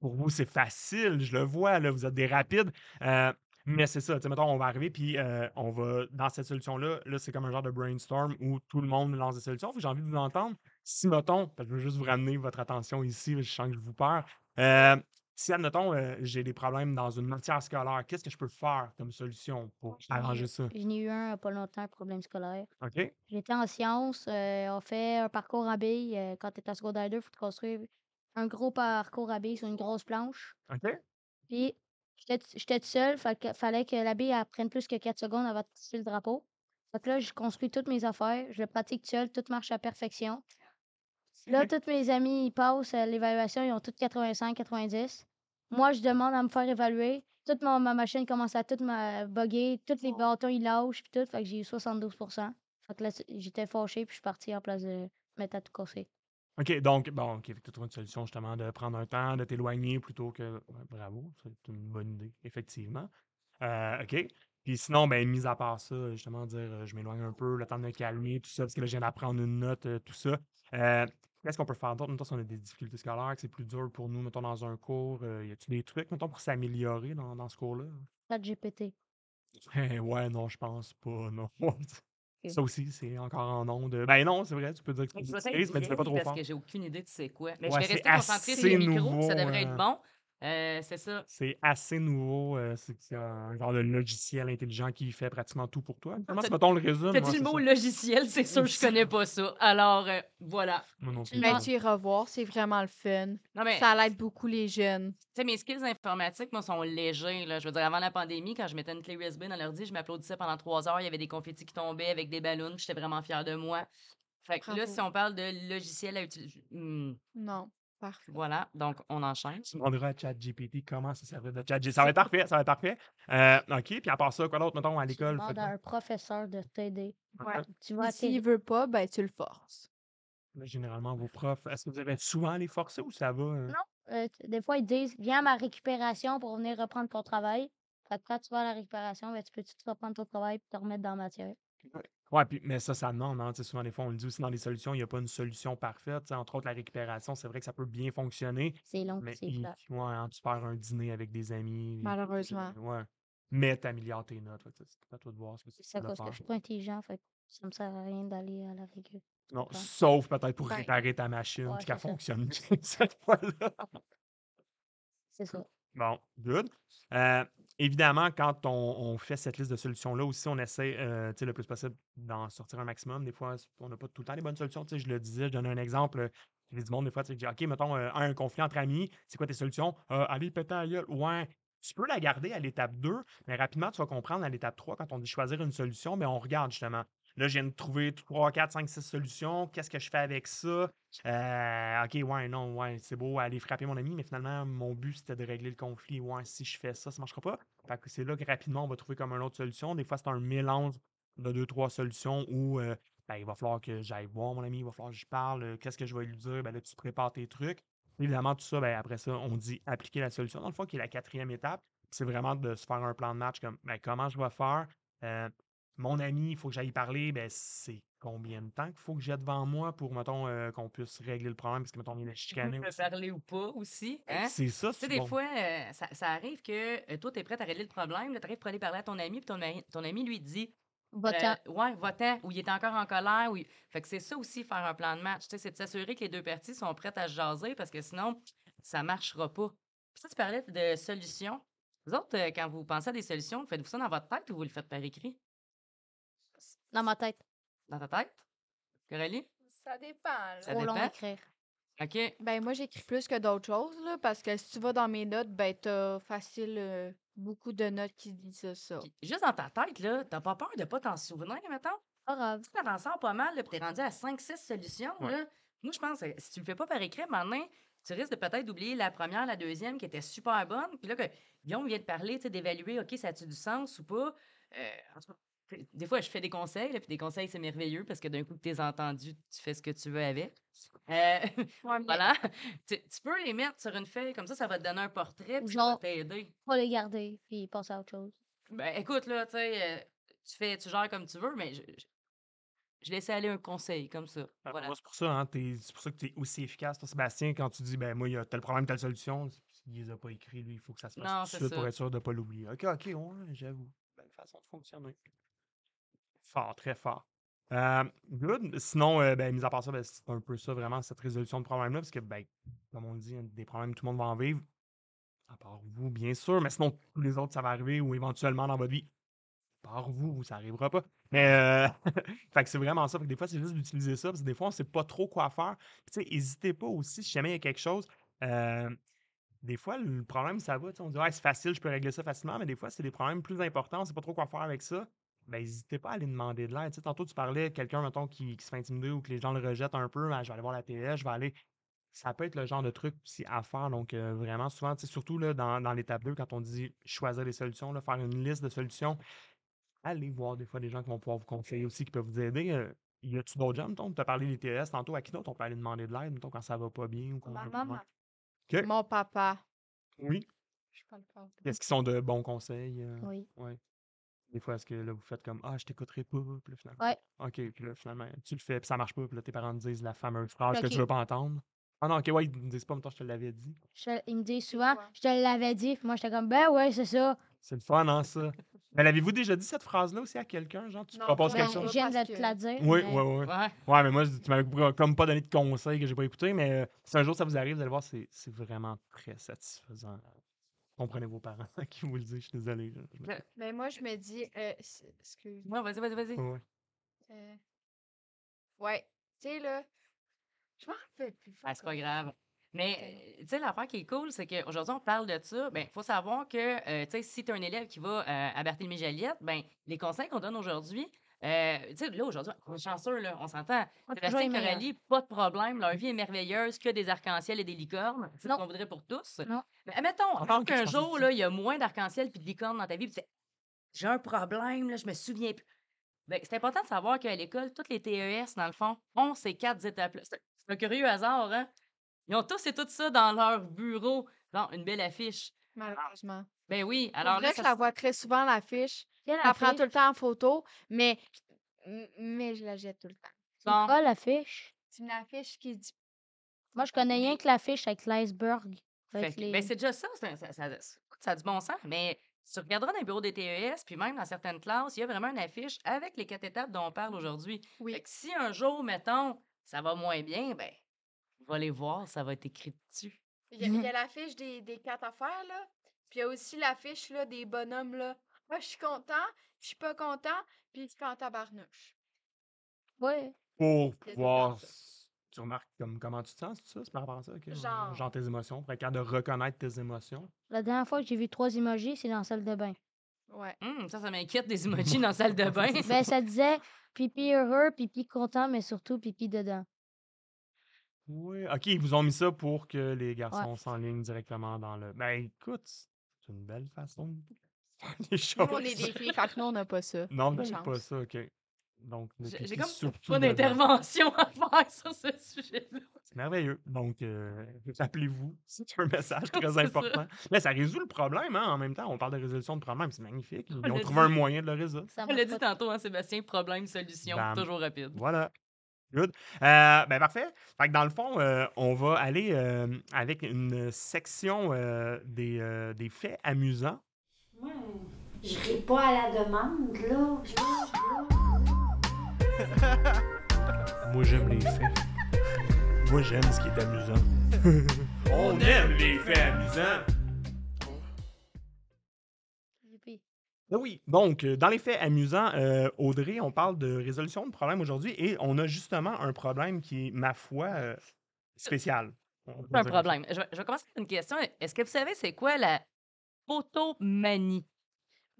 Speaker 1: pour vous, c'est facile, je le vois, là, vous êtes des rapides. Euh, mais c'est ça, tu sais, mettons, on va arriver, puis euh, on va, dans cette solution-là, là, c'est comme un genre de brainstorm où tout le monde lance des solutions. Fait que J'ai envie de vous entendre. Si, mettons, parce que je veux juste vous ramener votre attention ici, je sens que je vous perds. Euh, si, admettons, euh, j'ai des problèmes dans une matière scolaire, qu'est-ce que je peux faire comme solution pour arranger ça?
Speaker 4: J'en ai eu un il y a pas longtemps, problème scolaire.
Speaker 1: OK?
Speaker 4: J'étais en sciences, euh, on fait un parcours à billes. euh, quand tu es en secondaire 2, il faut te construire un gros parcours à billes sur une grosse planche.
Speaker 1: OK?
Speaker 4: Puis, j'étais t- j'étais toute seule, fait que- fallait que la bille elle prenne plus que 4 secondes avant de pousser le drapeau. Fait que là, je construis toutes mes affaires, je le pratique seule, tout marche à perfection. Là, tous mes amis, ils passent à l'évaluation, ils ont toutes 85, 90.
Speaker 1: Mm.
Speaker 4: Moi, je demande à me faire évaluer. Toute mon- ma machine commence à toute ma bugger, tous les bâtons, ils lâchent, puis tout. Fait que j'ai eu 72 Fait que là, c- j'étais fâchée, puis je suis partie en place de mettre à tout casser.
Speaker 1: OK, donc, bon, OK, tu trouves une solution justement de prendre un temps, de t'éloigner plutôt que. ouais, Bravo, c'est une bonne idée, effectivement. Euh, OK. Puis sinon, ben, mis à part ça, justement, dire euh, je m'éloigne un peu, le temps de me calmer, tout ça, parce que là, je viens d'apprendre une note, euh, tout ça. Euh, Qu'est-ce qu'on peut faire d'autre? Mettons, si on a des difficultés scolaires, que c'est plus dur pour nous, mettons, dans un cours, euh, y a-tu des trucs, mettons, pour s'améliorer dans, dans ce cours-là?
Speaker 4: Chat GPT.
Speaker 1: Eh ouais, non, je pense pas, non. ça aussi, c'est encore en onde. Ben non, c'est vrai, tu peux dire que
Speaker 3: Je
Speaker 1: c'est
Speaker 3: vais
Speaker 1: une
Speaker 3: être
Speaker 1: mais tu fais pas
Speaker 3: vieille
Speaker 1: trop
Speaker 3: parce
Speaker 1: fort.
Speaker 3: que j'ai aucune idée de c'est quoi. Mais
Speaker 1: Ouais,
Speaker 3: je vais
Speaker 1: c'est
Speaker 3: rester concentrée sur
Speaker 1: assez
Speaker 3: le micro, ça
Speaker 1: nouveau,
Speaker 3: devrait être
Speaker 1: euh,
Speaker 3: bon. Euh, c'est ça.
Speaker 1: C'est assez nouveau. euh, c'est c'est un genre de logiciel intelligent qui fait pratiquement tout pour toi. Comment
Speaker 3: T'as-
Speaker 1: si mettons le résume? ouais,
Speaker 3: T'as dit le
Speaker 1: c'est
Speaker 3: mot
Speaker 1: ça.
Speaker 3: logiciel, c'est sûr, je connais pas ça. Alors, euh, voilà.
Speaker 1: Moi non
Speaker 4: Tu
Speaker 1: plus,
Speaker 4: l'as
Speaker 1: je
Speaker 2: Ben,
Speaker 1: pense.
Speaker 2: tu iras voir, c'est vraiment le fun.
Speaker 3: Non, mais
Speaker 2: Ça aide beaucoup les jeunes.
Speaker 3: Tu sais, mes skills informatiques, moi, sont légers. Là. Je veux dire, avant la pandémie, quand je mettais une clé USB dans l'ordi, je m'applaudissais pendant trois heures. Il y avait des confettis qui tombaient avec des ballons. J'étais vraiment fière de moi. Fait que là,
Speaker 2: Bravo.
Speaker 3: si on parle de logiciel à utiliser. Hmm,
Speaker 2: Non, parfait.
Speaker 3: voilà, donc on enchaîne.
Speaker 1: Tu demanderas à ChatGPT comment ça servait de ChatGPT. Ça va être parfait, ça va être parfait. Euh, OK, puis à part ça, quoi d'autre, mettons, à
Speaker 4: Tu
Speaker 1: l'école?
Speaker 4: demandes
Speaker 1: faites-
Speaker 4: à un professeur de t'aider.
Speaker 2: Ouais.
Speaker 4: Tu
Speaker 2: Puis
Speaker 4: vas
Speaker 2: S'il
Speaker 4: atterrir.
Speaker 2: veut pas, ben tu le forces.
Speaker 1: Là, Généralement, vos profs, est-ce que vous avez souvent les forcer ou ça va? euh?
Speaker 4: Non. Euh, t- des fois, ils disent Viens à ma récupération pour venir reprendre ton travail. Fait que quand tu vas à la récupération, ben, tu peux tout reprendre ton travail et te remettre dans la matière.
Speaker 1: Ouais, puis, mais ça, ça demande. Hein, tu sais, souvent, des fois, on le dit aussi dans les solutions, il n'y a pas une solution parfaite. tu sais, Entre autres, la récupération, c'est vrai que ça peut bien fonctionner,
Speaker 4: C'est long,
Speaker 1: mais
Speaker 4: Oh, c'est
Speaker 1: hi-
Speaker 4: clair.
Speaker 1: ouais, hein, tu perds un dîner avec des amis. puis tout ça,
Speaker 2: Malheureusement.
Speaker 1: Ouais. Mais t'améliores tes notes. fait que C'est à toi de voir ce que tu
Speaker 4: C'est à
Speaker 1: veux
Speaker 4: cause que
Speaker 1: faire.
Speaker 4: je suis pas intelligent, fait que ça me sert à rien d'aller à la rigueur.
Speaker 1: Non,
Speaker 4: Ouais.
Speaker 1: sauf peut-être pour
Speaker 2: Ben,
Speaker 1: réparer ta machine,
Speaker 4: ouais,
Speaker 1: puis qu'elle
Speaker 4: c'est ça.
Speaker 1: fonctionne bien cette fois-là.
Speaker 4: C'est ça.
Speaker 1: Bon, good. Euh, évidemment, quand on, on fait cette liste de solutions-là aussi, on essaie euh, tu sais, le plus possible d'en sortir un maximum. Des fois, on n'a pas tout le temps les bonnes solutions. Tu sais, Je le disais, je donnais un exemple. euh, J'ai du monde, des fois, tu sais, je dis, OK, mettons euh, un conflit entre amis, c'est quoi tes solutions? Euh, aller péter à gueule. Ouais. Tu peux la garder à l'étape 2, mais rapidement, tu vas comprendre à l'étape 3, quand on dit choisir une solution, mais on regarde justement. Là, je viens de trouver 3, 4, 5, 6 solutions. Qu'est-ce que je fais avec ça? Euh, ok, ouais, non, ouais, c'est beau aller frapper mon ami, mais finalement, mon but, c'était de régler le conflit. Ouais, si je fais ça, ça ne marchera pas. Fait que c'est là que rapidement, on va trouver comme une autre solution. Des fois, c'est un mélange de deux, trois solutions où euh, ben, il va falloir que j'aille voir mon ami, il va falloir que je parle, euh, qu'est-ce que je vais lui dire, ben là, tu prépares tes trucs. Évidemment, tout ça, ben, après ça, on dit appliquer la solution. Dans le fond, qui est la quatrième étape, c'est vraiment de se faire un plan de match comme ben, comment je vais faire. Euh, mon ami, il faut que j'aille parler, ben, c'est combien de temps qu'il faut que j'ai devant moi pour, mettons, euh, qu'on puisse régler le problème, parce que, mettons, on vient de se
Speaker 3: Tu peux
Speaker 1: chicaner.
Speaker 3: me
Speaker 1: aussi.
Speaker 3: parler ou pas aussi. Hein?
Speaker 1: C'est ça,
Speaker 3: Tu sais,
Speaker 1: c'est
Speaker 3: des
Speaker 1: bon.
Speaker 3: fois, euh, ça, ça arrive que euh, toi, t'es prête à régler le problème. là, T'arrives pour aller parler à ton ami, puis ton, ami- ton ami lui dit
Speaker 4: Va-t'en.
Speaker 3: Euh, ouais, votant, ou il est encore en colère. Ou il- Fait que c'est ça aussi, faire un plan de match. tu sais, C'est de s'assurer que les deux parties sont prêtes à se jaser parce que sinon, ça ne marchera pas. Puis ça, tu parlais de solutions. Vous autres, euh, quand vous pensez à des solutions, faites-vous ça dans votre tête ou vous le faites par écrit?
Speaker 4: Dans ma tête.
Speaker 3: Dans ta tête? Coralie?
Speaker 2: Ça dépend.
Speaker 3: Ça
Speaker 4: Trop long
Speaker 3: dépend.
Speaker 4: à écrire.
Speaker 3: OK.
Speaker 2: Ben moi j'écris plus que d'autres choses là, parce que si tu vas dans mes notes, ben t'as facile euh, beaucoup de notes qui disent ça.
Speaker 3: Puis juste dans ta tête, là, t'as pas peur de pas t'en souvenir, mettons?
Speaker 4: Pas grave.
Speaker 3: Tu t'en sors pas mal, là, puis t'es rendu à 5-6 solutions,
Speaker 1: Ouais.
Speaker 3: là. Moi, je pense que si tu le fais pas par écrit, maintenant, tu risques de peut-être d'oublier la première, la deuxième qui était super bonne. Puis là, que Guillaume vient de parler, tu sais, d'évaluer, OK, ça a-tu du sens ou pas? Euh, en tout cas, t'sais, des fois, je fais des conseils, là, puis des conseils, c'est merveilleux parce que d'un coup que t'es entendu, tu fais ce que tu veux avec. Euh, voilà. Tu, tu peux les mettre sur une feuille, comme ça, ça va te donner un portrait, puis ça va
Speaker 4: Genre-
Speaker 3: t'aider.
Speaker 4: Faut les garder, puis passer à autre chose.
Speaker 3: Ben, écoute, là, tu sais, euh, tu fais, tu gères comme tu veux, mais je, je, je laissais aller un conseil comme ça.
Speaker 1: Ah,
Speaker 3: Voilà.
Speaker 1: moi, c'est pour ça, hein, t'es- c'est pour ça que tu es aussi efficace, toi, Sébastien, quand tu dis, ben moi, il y a tel problème, telle solution. c'est parce qu'il les a pas écrits, lui, il faut que ça se fasse
Speaker 3: Non,
Speaker 1: tout de
Speaker 3: c'est
Speaker 1: suite pour
Speaker 3: ça.
Speaker 1: être sûr de ne pas l'oublier. OK, OK, ouais, j'avoue. Belle façon de fonctionner. Fort, très fort. Euh, good. Sinon, euh, ben, mis à part ça, ben, c'est un peu ça, vraiment, cette résolution de problème-là, parce que, ben, comme on le dit, hein, des problèmes, tout le monde va en vivre. À part vous, bien sûr, mais sinon, tous les autres, ça va arriver ou éventuellement dans votre vie. À part vous, ça arrivera pas. Mais euh, fait que c'est vraiment ça. Fait que des fois, c'est juste d'utiliser ça, parce que des fois, on sait pas trop quoi faire. Puis, tu sais, n'hésitez pas aussi, si jamais il y a quelque chose. euh, des fois, le problème, ça va. tu sais, On dit, ouais, c'est facile, je peux régler ça facilement, mais des fois, c'est des problèmes plus importants, on sait pas trop quoi faire avec ça. Ben, n'hésitez pas à aller demander de l'aide. Tu sais, Tantôt, tu parlais de quelqu'un, mettons, qui, qui se fait intimider ou que les gens le rejettent un peu. Ben, je vais aller voir la télé, je vais aller. Ça peut être le genre de truc aussi à faire. Donc, euh, vraiment, souvent, tu sais, surtout là, dans, dans l'étape 2, quand on dit choisir des solutions, là, faire une liste de solutions, allez voir des fois des gens qui vont pouvoir vous conseiller aussi, qui peuvent vous aider. Euh, y a-tu d'autres gens, mettons, tu as parlé des TS tantôt, à qui d'autre on peut aller demander de l'aide, mettons, quand ça va pas bien ou quand
Speaker 3: Ah,
Speaker 4: Ma
Speaker 1: ouais.
Speaker 4: maman.
Speaker 1: Ok.
Speaker 2: Mon papa.
Speaker 1: Oui.
Speaker 2: Je parle pas.
Speaker 1: Est-ce qu'ils sont de bons conseils? euh,
Speaker 4: Oui.
Speaker 1: ouais. Des fois, est-ce que là, vous faites comme Ah, je t'écouterai pas, puis là, finalement.
Speaker 4: Ouais.
Speaker 1: OK, puis là, finalement, tu le fais, puis ça marche pas, puis là, tes parents te disent la fameuse phrase que
Speaker 4: Ok.
Speaker 1: tu veux pas entendre. Ah non, OK, ouais, ils ne disent pas, mettons, je te l'avais dit.
Speaker 4: Je- ils me disent souvent,
Speaker 2: quoi?
Speaker 4: je te l'avais dit. Puis moi, j'étais comme, ben ouais, c'est ça.
Speaker 1: C'est le fun, hein, ça. Mais l'avez-vous déjà dit cette phrase-là aussi à quelqu'un? Genre, tu
Speaker 2: Non,
Speaker 1: proposes
Speaker 2: pas
Speaker 4: Ben,
Speaker 1: quelque
Speaker 2: encore.
Speaker 1: chose?
Speaker 4: je viens de
Speaker 2: Parce
Speaker 4: te
Speaker 2: que-
Speaker 4: la dire.
Speaker 1: Oui, oui,
Speaker 4: mais-
Speaker 1: oui.
Speaker 3: Ouais.
Speaker 1: Ouais, mais moi, je- tu m'avais pas- comme pas donné de conseils que j'ai pas écouté, mais euh, si un jour ça vous arrive, vous allez voir, c'est c'est vraiment très satisfaisant. Comprenez vos parents qui vous le disent, je suis désolé. là, je me-
Speaker 3: Ouais.
Speaker 2: Mais Ben, moi, je me dis, euh, c- excuse.
Speaker 3: Ouais, vas-y, vas-y, vas-y.
Speaker 1: Ouais.
Speaker 2: euh, ouais, tu sais, là, je m'en rappelle plus.
Speaker 3: Ben, c'est pas grave. Mais, euh, tu sais, l'affaire qui est cool, c'est qu'aujourd'hui, on parle de ça. Ben, faut savoir que, euh, tu sais, si tu un élève qui va euh, à Barthélemy Joliette, ben, les conseils qu'on donne aujourd'hui, euh, tu sais, là, aujourd'hui, on est chanceux, là, on s'entend.
Speaker 4: On a Ah, toujours
Speaker 3: Sébastien
Speaker 4: les meilleurs.
Speaker 3: Coralie, pas de problème, leur vie est merveilleuse, que des arcs-en-ciel et des licornes. C'est ce
Speaker 4: Non.
Speaker 3: qu'on voudrait pour tous.
Speaker 4: Non.
Speaker 3: Mais admettons,
Speaker 1: Ah,
Speaker 3: admettons
Speaker 1: ok,
Speaker 3: qu'un
Speaker 1: je pensais
Speaker 3: jour,
Speaker 1: que-
Speaker 3: là, il y a moins d'arcs-en-ciel puis de licornes dans ta vie, puis tu fais, j'ai un problème, là, je me souviens plus. Ben, c'est important de savoir qu'à l'école, toutes les TES, dans le fond, ont ces quatre étapes-là. C'est c'est un curieux hasard, hein? Ils ont tous et toutes ça dans leur bureau. Bon, une belle affiche.
Speaker 2: Malheureusement.
Speaker 3: Ben oui,
Speaker 2: Alors
Speaker 3: alors
Speaker 2: là,
Speaker 3: là,
Speaker 2: je
Speaker 3: ça
Speaker 2: la
Speaker 3: se-
Speaker 2: vois très souvent, l'affiche.
Speaker 4: Quelle
Speaker 2: Je la prends
Speaker 4: affiche?
Speaker 2: tout le temps en photo, mais, m- mais je la jette tout le temps.
Speaker 4: C'est
Speaker 3: Bon.
Speaker 4: quoi l'affiche?
Speaker 2: C'est une affiche qui dit.
Speaker 4: Moi, je connais rien que l'affiche avec l'iceberg.
Speaker 3: Fait
Speaker 4: Avec
Speaker 3: que-
Speaker 4: les-
Speaker 3: ben, c'est déjà ça, c'est un- ça, ça, ça- ça a du bon sens, mais tu regarderas dans les bureaux des TES, puis même dans certaines classes, il y a vraiment une affiche avec les quatre étapes dont on parle aujourd'hui.
Speaker 2: Oui.
Speaker 3: Fait que si un jour, mettons, ça va moins bien, ben, va les voir, ça va être écrit dessus.
Speaker 2: Il y a, il y a l'affiche des, des quatre affaires, là. Puis il y a aussi l'affiche là, des bonhommes, là. Moi, je suis content, je suis pas content, puis je suis en tabarnouche.
Speaker 4: Ouais.
Speaker 1: pour
Speaker 2: C'est
Speaker 1: pouvoir.
Speaker 2: ça.
Speaker 1: s- Tu remarques comme, comment tu te sens, c'est ça? C'est par rapport à ça? ok, ouais,
Speaker 2: Genre.
Speaker 1: genre tes émotions, pour être capable de reconnaître tes émotions.
Speaker 4: La dernière fois que j'ai vu trois emojis, c'est dans la salle de bain.
Speaker 2: Ouais.
Speaker 3: Hum, ça, ça m'inquiète des emojis dans la salle de bain.
Speaker 4: ben, ça disait pipi heureux, pipi content, mais surtout pipi dedans.
Speaker 1: Oui. OK, ils vous ont mis ça pour que les garçons s'enlignent directement dans le. Ben écoute, c'est une belle façon de faire les
Speaker 2: Nous,
Speaker 1: choses.
Speaker 2: on est des filles, fait que nous, on n'a pas ça.
Speaker 1: Non,
Speaker 2: Une
Speaker 1: mais c'est pas
Speaker 2: chance.
Speaker 1: ça, OK. Donc, le
Speaker 3: J'ai-
Speaker 1: pipi
Speaker 3: J'ai comme
Speaker 1: surtout
Speaker 3: pas
Speaker 1: dedans.
Speaker 3: d'intervention à faire sur ce sujet-là.
Speaker 4: Ah,
Speaker 1: C'est merveilleux. Donc, euh, rappelez-vous, c'est un message
Speaker 3: C'est
Speaker 1: très
Speaker 3: ça.
Speaker 1: important. Mais ça résout le problème, hein, En même temps, on parle de résolution de problème, c'est magnifique. Ils ont
Speaker 3: l'a
Speaker 1: trouvé un
Speaker 3: dit.
Speaker 1: moyen de le résoudre.
Speaker 4: Ça
Speaker 3: On l'a
Speaker 4: marche
Speaker 3: dit
Speaker 4: ben, pas. Ben,
Speaker 3: tantôt, hein, Sébastien, problème, solution,
Speaker 1: Bam.
Speaker 3: toujours rapide.
Speaker 1: Voilà. Good. Euh, ben parfait. Fait que dans le fond, euh, on va aller euh, avec une section euh, des, euh, des faits amusants.
Speaker 5: Je ris pas à la demande, là. Je là.
Speaker 1: Moi, j'aime les faits. Moi, j'aime ce qui est amusant. on aime les faits amusants.
Speaker 4: Pipi.
Speaker 1: Ben oui. Donc, euh, dans les faits amusants, euh, Audrey, on parle de résolution de problèmes aujourd'hui et on a justement un problème qui est, ma foi, euh, spécial. On
Speaker 3: C'est
Speaker 1: va
Speaker 3: un
Speaker 1: dire-
Speaker 3: problème. Je, vais- je vais commencer par une question. Est-ce que vous savez c'est quoi la photomanie?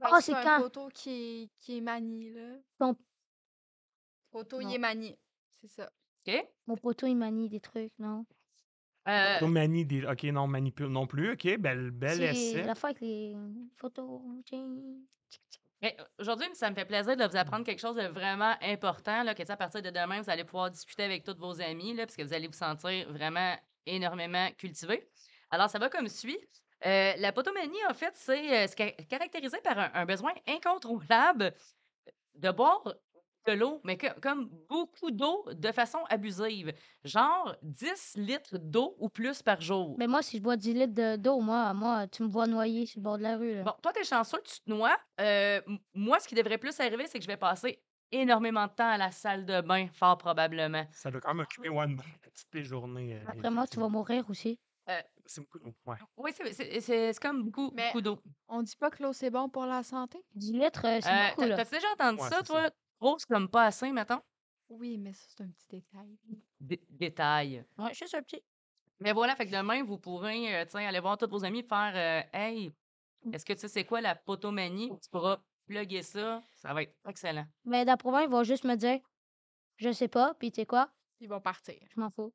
Speaker 2: Fait
Speaker 4: Ah,
Speaker 2: que
Speaker 4: c'est
Speaker 2: Ben, un
Speaker 4: quand?
Speaker 2: poteau qui est, qui est manié, là.
Speaker 4: Ton-
Speaker 2: Poteau,
Speaker 4: Non.
Speaker 2: il est manié. C'est ça.
Speaker 3: OK?
Speaker 4: Mon poteau, il manie des trucs, non?
Speaker 3: Euh,
Speaker 1: Plutôt manie des... OK, non, manipule non plus. OK, belle, belle
Speaker 4: C'est
Speaker 1: essai.
Speaker 4: la fois avec les photos. tching.
Speaker 3: mais Aujourd'hui, ça me fait plaisir de vous apprendre quelque chose de vraiment important. Là, que, tu sais, à partir de demain, vous allez pouvoir discuter avec tous vos amis, là, parce que vous allez vous sentir vraiment énormément cultivé. Alors, ça va comme suit. Euh, la potomanie, en fait, c'est euh, c'est ca- caractérisé par un, un besoin incontrôlable de boire de l'eau, mais que- comme beaucoup d'eau de façon abusive. Genre 10 litres d'eau ou plus par jour.
Speaker 4: Mais moi, si je bois 10 litres de- d'eau, moi, moi, tu me vois noyer sur le bord de la rue. Là.
Speaker 3: Bon, toi, t'es chanceux, tu te noies. Euh, m- moi, ce qui devrait plus arriver, c'est que je vais passer énormément de temps à la salle de bain, fort probablement.
Speaker 1: Ça doit quand même occuper ouais, une bonne petite des journées. euh,
Speaker 4: Après moi, tu vas
Speaker 1: effectivement.
Speaker 4: mourir aussi.
Speaker 3: Euh,
Speaker 1: C'est beaucoup d'eau. Ouais.
Speaker 3: Oui, c'est- c'est c'est- c'est comme beaucoup,
Speaker 2: Mais-
Speaker 3: beaucoup d'eau.
Speaker 2: On dit pas que l'eau, c'est bon pour la santé?
Speaker 4: Du litre, euh, c'est
Speaker 3: Euh,
Speaker 4: beaucoup,
Speaker 3: t'as-
Speaker 4: là.
Speaker 3: T'as-tu déjà entendu
Speaker 1: Ouais,
Speaker 3: ça,
Speaker 1: c'est
Speaker 3: toi? Grosse comme pas assez, mettons?
Speaker 2: Oui, mais ça, c'est un petit détail.
Speaker 3: Dé- détail.
Speaker 4: Ouais, juste un petit.
Speaker 3: Mais voilà, fait que demain, vous pourrez euh, tiens, aller voir tous vos amis faire euh, Hey, est-ce que tu sais c'est quoi la potomanie? Tu pourras plugger ça. Ça va être excellent.
Speaker 4: Mais d'après moi, ils vont juste me dire, je sais pas, puis tu sais quoi,
Speaker 2: Ils vont partir.
Speaker 4: je m'en fous.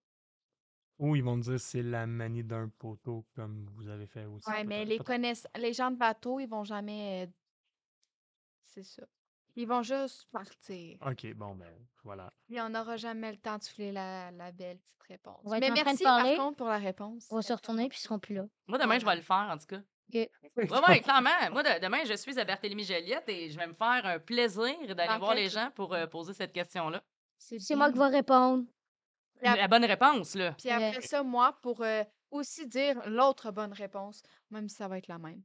Speaker 1: Ou ils vont dire c'est la manie d'un poteau comme vous avez fait aussi.
Speaker 2: Ouais, mais
Speaker 1: peut-être,
Speaker 2: les,
Speaker 1: peut-être.
Speaker 2: connaiss- les gens de bateau, ils vont jamais. euh, C'est ça. Ils vont juste partir.
Speaker 1: OK, bon, ben voilà.
Speaker 2: Puis on n'aura jamais le temps de souffler la, la belle petite réponse.
Speaker 4: On va être
Speaker 2: Mais
Speaker 4: en train de
Speaker 2: merci
Speaker 4: parler.
Speaker 2: par contre pour la réponse.
Speaker 4: On va se retourner, puis ils seront plus là.
Speaker 3: Moi, demain, je vais le faire, en tout cas. Oui, oui, clairement. Moi, de- demain, je suis à Barthélemy Joliette et je vais me faire un plaisir d'aller voir
Speaker 2: L'enquête.
Speaker 3: les gens pour euh, poser cette question-là.
Speaker 4: C'est moi qui vais répondre.
Speaker 2: La-
Speaker 3: La... bonne réponse, là.
Speaker 2: Puis après ça, moi, pour euh, aussi dire l'autre bonne réponse, même si ça va être la même.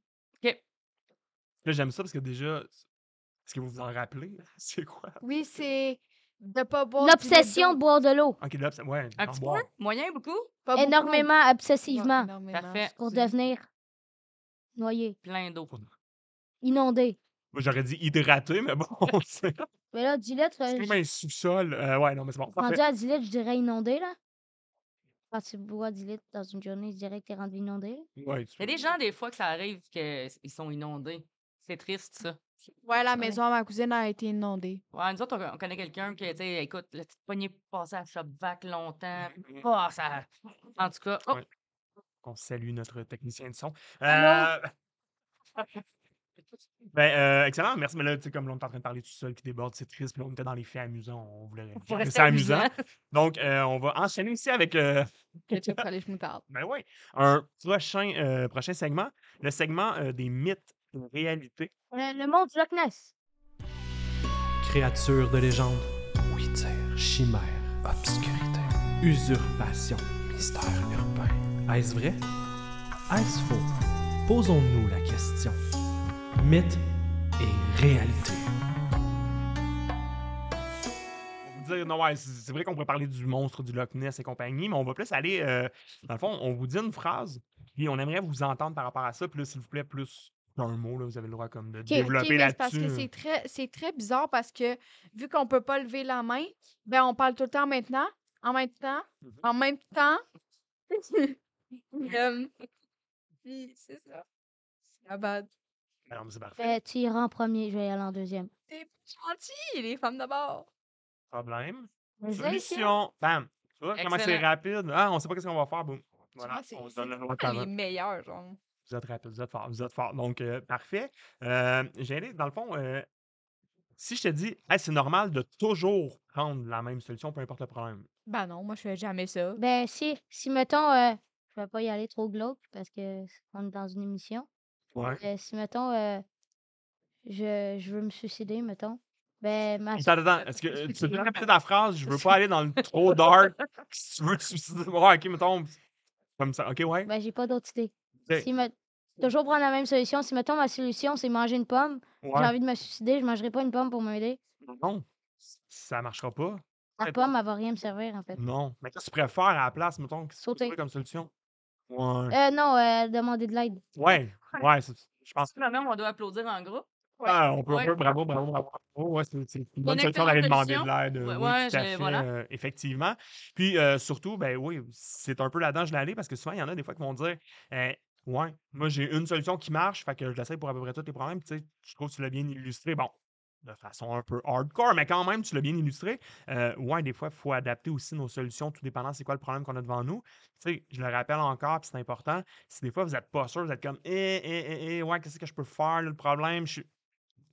Speaker 1: Là, j'aime ça parce que déjà, est-ce que vous vous en rappelez? C'est quoi?
Speaker 2: Oui, c'est de pas boire. du lait
Speaker 4: L'obsession de
Speaker 2: d'eau.
Speaker 4: boire de l'eau.
Speaker 1: OK, là, c'est- ouais,
Speaker 3: Un
Speaker 1: en
Speaker 3: petit
Speaker 1: boire.
Speaker 3: peu, moyen, beaucoup,
Speaker 2: Pas beaucoup.
Speaker 4: Énormément,
Speaker 2: Ouais,
Speaker 4: obsessivement,
Speaker 2: énormément.
Speaker 3: Parfait.
Speaker 4: pour
Speaker 2: excusez.
Speaker 4: devenir noyé,
Speaker 3: plein d'eau.
Speaker 4: inondé.
Speaker 1: Moi, J'aurais dit hydraté, mais bon, c'est
Speaker 4: Mais là, du litre,
Speaker 1: c'est
Speaker 4: euh,
Speaker 1: comme un sous-sol. Euh, ouais, non, mais c'est bon.
Speaker 4: Rendu
Speaker 1: Parfait.
Speaker 4: à 10 litres, je dirais inondé, là. Quand tu bois 10 litres dans une journée, je dirais que t'es rendu inondé. là.
Speaker 1: Ouais, tu-
Speaker 3: Il y a des gens, des fois, que ça arrive qu'ils sont inondés. C'est triste, ça.
Speaker 2: Ouais, la
Speaker 4: Ouais.
Speaker 2: maison à ma cousine a été inondée.
Speaker 3: Ouais, nous autres, on, on connaît quelqu'un qui, tu sais, écoute, la petite poignée passée à Shopvac longtemps. Oh, ça... En tout cas, oh,
Speaker 1: Ouais. On salue notre technicien de son.
Speaker 4: Allô?
Speaker 1: Euh, ben, euh, excellent, merci. Mais là, tu sais, comme là, on est en train de parler tout seul qui déborde, c'est triste. Puis là, on était dans les faits amusants. On voulait rester
Speaker 3: faut rester
Speaker 1: amusant.
Speaker 3: amusant.
Speaker 1: Donc, euh, on va enchaîner ici avec euh,
Speaker 2: Ketchup, fallait que je me parle.
Speaker 1: ben ouais, un prochain, euh, prochain segment, le segment euh, des mythes et réalités.
Speaker 4: Euh, le monde du Loch Ness.
Speaker 6: Créatures de légende. Wither. Chimère. Obscurité. Usurpation. Mystère urbain. Est-ce vrai? Est-ce faux? Posons-nous la question. Mythe et réalité.
Speaker 1: On va dire, non, ouais, c'est c'est vrai qu'on pourrait parler du monstre du Loch Ness et compagnie, mais on va plus aller, euh, dans le fond, on vous dit une phrase, puis on aimerait vous entendre par rapport à ça. Puis là, s'il vous plaît, plus d'un mot, là, vous avez le droit comme de
Speaker 2: Ok,
Speaker 1: développer
Speaker 2: mais c'est parce
Speaker 1: là-dessus.
Speaker 2: que c'est très, c'est très bizarre parce que vu qu'on peut pas lever la main, ben on parle tout le temps maintenant, en même temps,
Speaker 1: Mhm.
Speaker 2: en même temps. Euh, puis c'est ça. C'est la bad.
Speaker 1: Ben non, mais c'est parfait.
Speaker 4: Ben, tu iras en premier, je vais y aller en deuxième.
Speaker 2: T'es gentil, les femmes d'abord.
Speaker 1: Problème.
Speaker 4: Mais c'est-
Speaker 1: Solution. Bam. Tu vois comment c'est
Speaker 3: Excellent.
Speaker 1: rapide. Ah, on sait pas qu'est-ce qu'on va faire. Boum. Voilà,
Speaker 2: vois, c'est-
Speaker 1: on se
Speaker 2: c'est
Speaker 1: donne le droit de
Speaker 2: Ah,
Speaker 1: parler.
Speaker 2: les meilleurs, genre.
Speaker 1: Vous êtes rapide, vous êtes fort, vous êtes fort. Donc, euh, parfait. Euh, j'ai aidé, dans le fond, euh, si je te dis, Hey, c'est normal de toujours prendre la même solution, peu importe le problème.
Speaker 2: Ben non, moi je fais jamais ça.
Speaker 4: Ben, si, si mettons, euh, je vais pas y aller trop glauque parce que on est dans une émission.
Speaker 1: Ouais.
Speaker 4: Euh, si mettons, euh, je, je veux me suicider, mettons. Ben, ma
Speaker 1: Attends, attends, est-ce que euh, tu peux juste répéter ta phrase? Je veux pas aller dans le trop dark. Si tu veux te suicider, ouais, ok, mettons. Comme ça, ok, ouais.
Speaker 4: ben, j'ai pas d'autre idée.
Speaker 1: Ok,
Speaker 4: Si me- Toujours prendre la même solution. Si mettons ma solution c'est manger une pomme, j'ai
Speaker 1: ouais.
Speaker 4: envie de me suicider, je mangerai pas une pomme pour m'aider.
Speaker 1: Non, ça marchera pas.
Speaker 4: La
Speaker 1: Ouais.
Speaker 4: pomme, elle va rien me servir en fait.
Speaker 1: Non. Mais qu'est-ce que tu préfères à la place, mettons, qu'est-ce que tu
Speaker 4: Sauter.
Speaker 1: trouves comme solution? Ouais.
Speaker 4: Euh, non, euh, demander de l'aide.
Speaker 1: Ouais, ouais, c'est- je pense que.
Speaker 3: quand même, on doit applaudir en groupe.
Speaker 1: Ah, on peut, on
Speaker 3: Ouais.
Speaker 1: peut, bravo, bravo, bravo. bravo. Ouais, c'est c'est une bonne
Speaker 3: Une
Speaker 1: solution d'aller
Speaker 3: excellente
Speaker 1: demander de l'aide. euh,
Speaker 3: Ouais,
Speaker 1: oui,
Speaker 3: ouais,
Speaker 1: tout à
Speaker 3: je-
Speaker 1: fait,
Speaker 3: voilà.
Speaker 1: euh, effectivement. Puis euh, surtout, ben oui, c'est un peu là-dedans que je vais aller parce que souvent, il y en a des fois qui vont dire euh, Ouais, moi j'ai une solution qui marche, fait que je l'essaie pour à peu près tous les problèmes. Tu sais, je trouve que tu l'as bien illustré. Bon, de façon un peu hardcore, mais quand même, tu l'as bien illustré. Euh, ouais, des fois, il faut adapter aussi nos solutions, tout dépendant c'est quoi le problème qu'on a devant nous. Tu sais, je le rappelle encore, puis c'est important. Si des fois, vous n'êtes pas sûr, vous êtes comme, eh, eh, eh, eh, ouais, qu'est-ce que je peux faire, là, le problème? Je suis-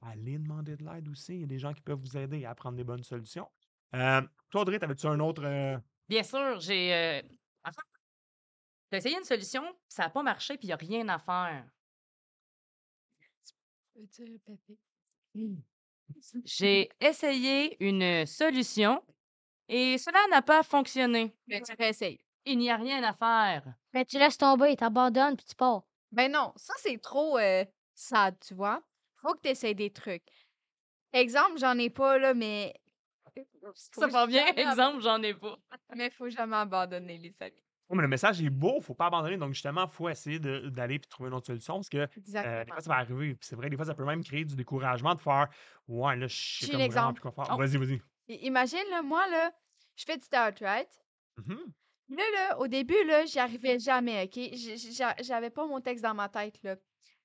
Speaker 1: Allez demander de l'aide aussi. Il y a des gens qui peuvent vous aider à prendre des bonnes solutions. Euh, toi, Audrey, t'avais-tu un autre. euh,
Speaker 3: Bien sûr, j'ai. euh, en fait, t'as essayé une solution, puis ça n'a pas marché, puis il n'y a rien à faire. J'ai essayé une solution et cela n'a pas fonctionné.
Speaker 2: Mais Ben, tu réessayes.
Speaker 3: Il n'y a rien à faire.
Speaker 4: Ben, tu laisses tomber, t'abandonnes, puis tu pars.
Speaker 2: Ben non, ça c'est trop euh, sad, tu vois. Faut que tu essayes des trucs. Exemple, j'en ai pas là, mais.
Speaker 3: Ça
Speaker 2: Faut
Speaker 3: va bien.
Speaker 2: jamais ab-
Speaker 3: Exemple, j'en ai pas.
Speaker 2: Mais faut jamais abandonner les amis.
Speaker 1: Oui, oh, mais le message est beau, faut pas abandonner. Donc, justement, il faut essayer de- d'aller et trouver une autre solution parce que euh, des
Speaker 2: Exactement.
Speaker 1: fois, ça va arriver. Puis c'est vrai, des fois, ça peut même créer du découragement de faire Ouais, là, je
Speaker 2: J'ai
Speaker 1: suis comme vraiment
Speaker 2: l'exemple.
Speaker 1: plus confort.
Speaker 2: Oh.
Speaker 1: Vas-y, vas-y.
Speaker 2: I- Imagine, là, moi, là, je fais du théâtre, right?
Speaker 1: Mhm.
Speaker 2: Là, là, au début, là, j'y arrivais jamais, OK? J- j- j'a- J'avais pas mon texte dans ma tête, là.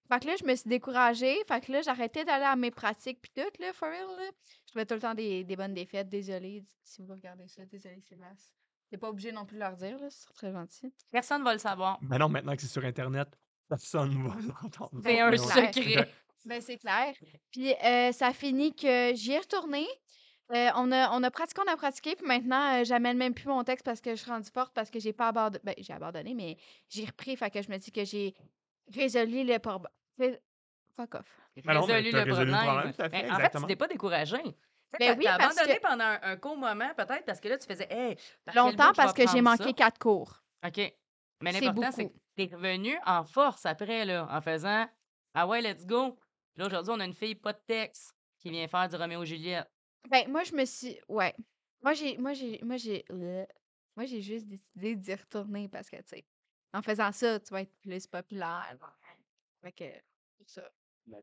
Speaker 2: Fait que là, je me suis découragée. Fait que là, j'arrêtais d'aller à mes pratiques puis tout, là, for real, là. Je trouvais tout le temps des, des bonnes défaites. Désolée d- si vous regardez ça. Désolée, Sébastien. T'es pas obligé non plus de leur dire, là. C'est très gentil.
Speaker 3: Personne ne va le savoir.
Speaker 1: Ben non, maintenant que c'est sur Internet, personne ne va l'entendre.
Speaker 3: C'est
Speaker 1: Mais
Speaker 3: un
Speaker 1: ouais.
Speaker 3: secret.
Speaker 2: Ben, c'est clair. Puis euh, ça finit que j'y ai retourné. Euh, on, a, on a pratiqué, on a pratiqué, puis maintenant, euh, j'amène même plus mon texte parce que je suis rendue forte, parce que j'ai pas abandonné. Ben, j'ai abandonné, mais j'ai repris. Fait que je me dis que j'ai résolu le problème. Fuck off.
Speaker 1: Mais non, mais
Speaker 3: Résolu
Speaker 1: t'as
Speaker 3: le
Speaker 1: résolu le
Speaker 3: problème.
Speaker 1: problème, tout à fait,
Speaker 3: Ben, en fait, tu
Speaker 1: exactement.
Speaker 3: t'es pas découragé. Tu
Speaker 2: Ben oui,
Speaker 3: as
Speaker 2: parce
Speaker 3: abandonné
Speaker 2: que-
Speaker 3: pendant un, un court moment, peut-être, parce que là, tu faisais Hey, par quel bout
Speaker 2: Longtemps
Speaker 3: je vais
Speaker 2: parce que j'ai
Speaker 3: prendre ça?
Speaker 2: manqué quatre cours.
Speaker 3: OK. Mais
Speaker 2: C'est
Speaker 3: l'important, c'est que
Speaker 2: beaucoup.
Speaker 3: tu es revenu en force après, là, en faisant Ah ouais, let's go. Puis Là, aujourd'hui, on a une fille pas de texte qui vient faire du Roméo et Juliette.
Speaker 2: Ben, moi, je me suis. Ouais. Moi, j'ai. Moi, j'ai. Moi, j'ai. euh, Moi, j'ai juste décidé d'y retourner parce que, tu sais, en faisant ça, tu vas être plus populaire. Fait que. tout ça.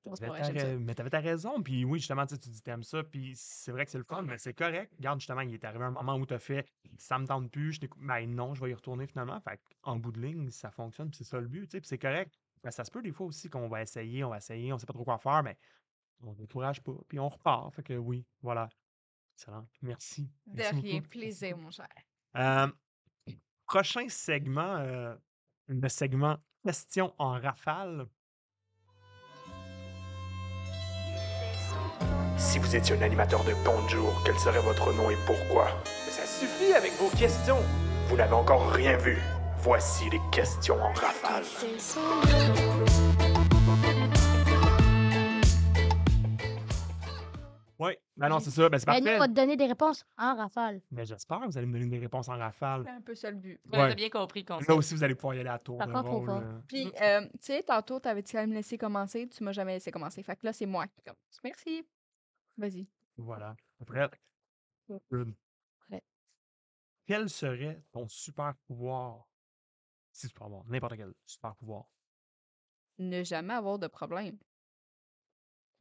Speaker 2: On se
Speaker 1: Mais
Speaker 2: pourrait
Speaker 1: Ben, t'as
Speaker 2: acheter ça.
Speaker 1: ra- Mais t'avais ta raison. Puis oui, justement, tu sais, tu dis t'aimes ça. Puis c'est vrai que c'est le fun, mais c'est correct. Regarde, justement, il est arrivé un moment où t'as fait ça me tente plus. Je décou- ben non, je vais y retourner finalement. Fait en bout de ligne, ça fonctionne. Puis c'est ça le but. tu sais, Puis c'est correct. Ben, ça se peut des fois aussi qu'on va essayer, on va essayer, on sait pas trop quoi faire, mais on décourage pas. Puis on repart. Fait que oui, voilà. Excellent. Merci.
Speaker 2: De
Speaker 1: Merci
Speaker 2: rien,
Speaker 1: beaucoup.
Speaker 2: plaisir, mon cher.
Speaker 1: Euh, prochain segment, euh, le segment questions en rafale.
Speaker 7: Si vous étiez un animateur de Bonjour, quel serait votre nom et pourquoi Mais ça suffit avec vos questions. Vous n'avez encore rien vu. Voici les questions en rafale.
Speaker 1: Oui, ben non, c'est ça. Ben, c'est
Speaker 4: Ben, nous,
Speaker 1: parfait.
Speaker 4: on va te donner des réponses en rafale.
Speaker 1: Mais j'espère que vous allez me donner des réponses en rafale.
Speaker 2: C'est
Speaker 4: Ben,
Speaker 2: un peu ça le but.
Speaker 3: On
Speaker 1: Ouais.
Speaker 3: a bien compris qu'on
Speaker 1: Là aussi, vous allez pouvoir y aller à tour
Speaker 4: Par
Speaker 1: de
Speaker 4: contre,
Speaker 1: rôle.
Speaker 4: on va.
Speaker 1: là.
Speaker 2: Puis, euh, tu sais, tantôt, t'avais-tu quand même laissé commencer? Tu m'as jamais laissé commencer. Fait que là, c'est moi qui commence. Merci. Vas-y.
Speaker 1: Voilà. Prête?
Speaker 3: Mmh.
Speaker 1: Good.
Speaker 2: Prête.
Speaker 1: Quel serait ton super pouvoir? Si tu peux avoir n'importe quel super pouvoir.
Speaker 2: Ne jamais avoir de problème.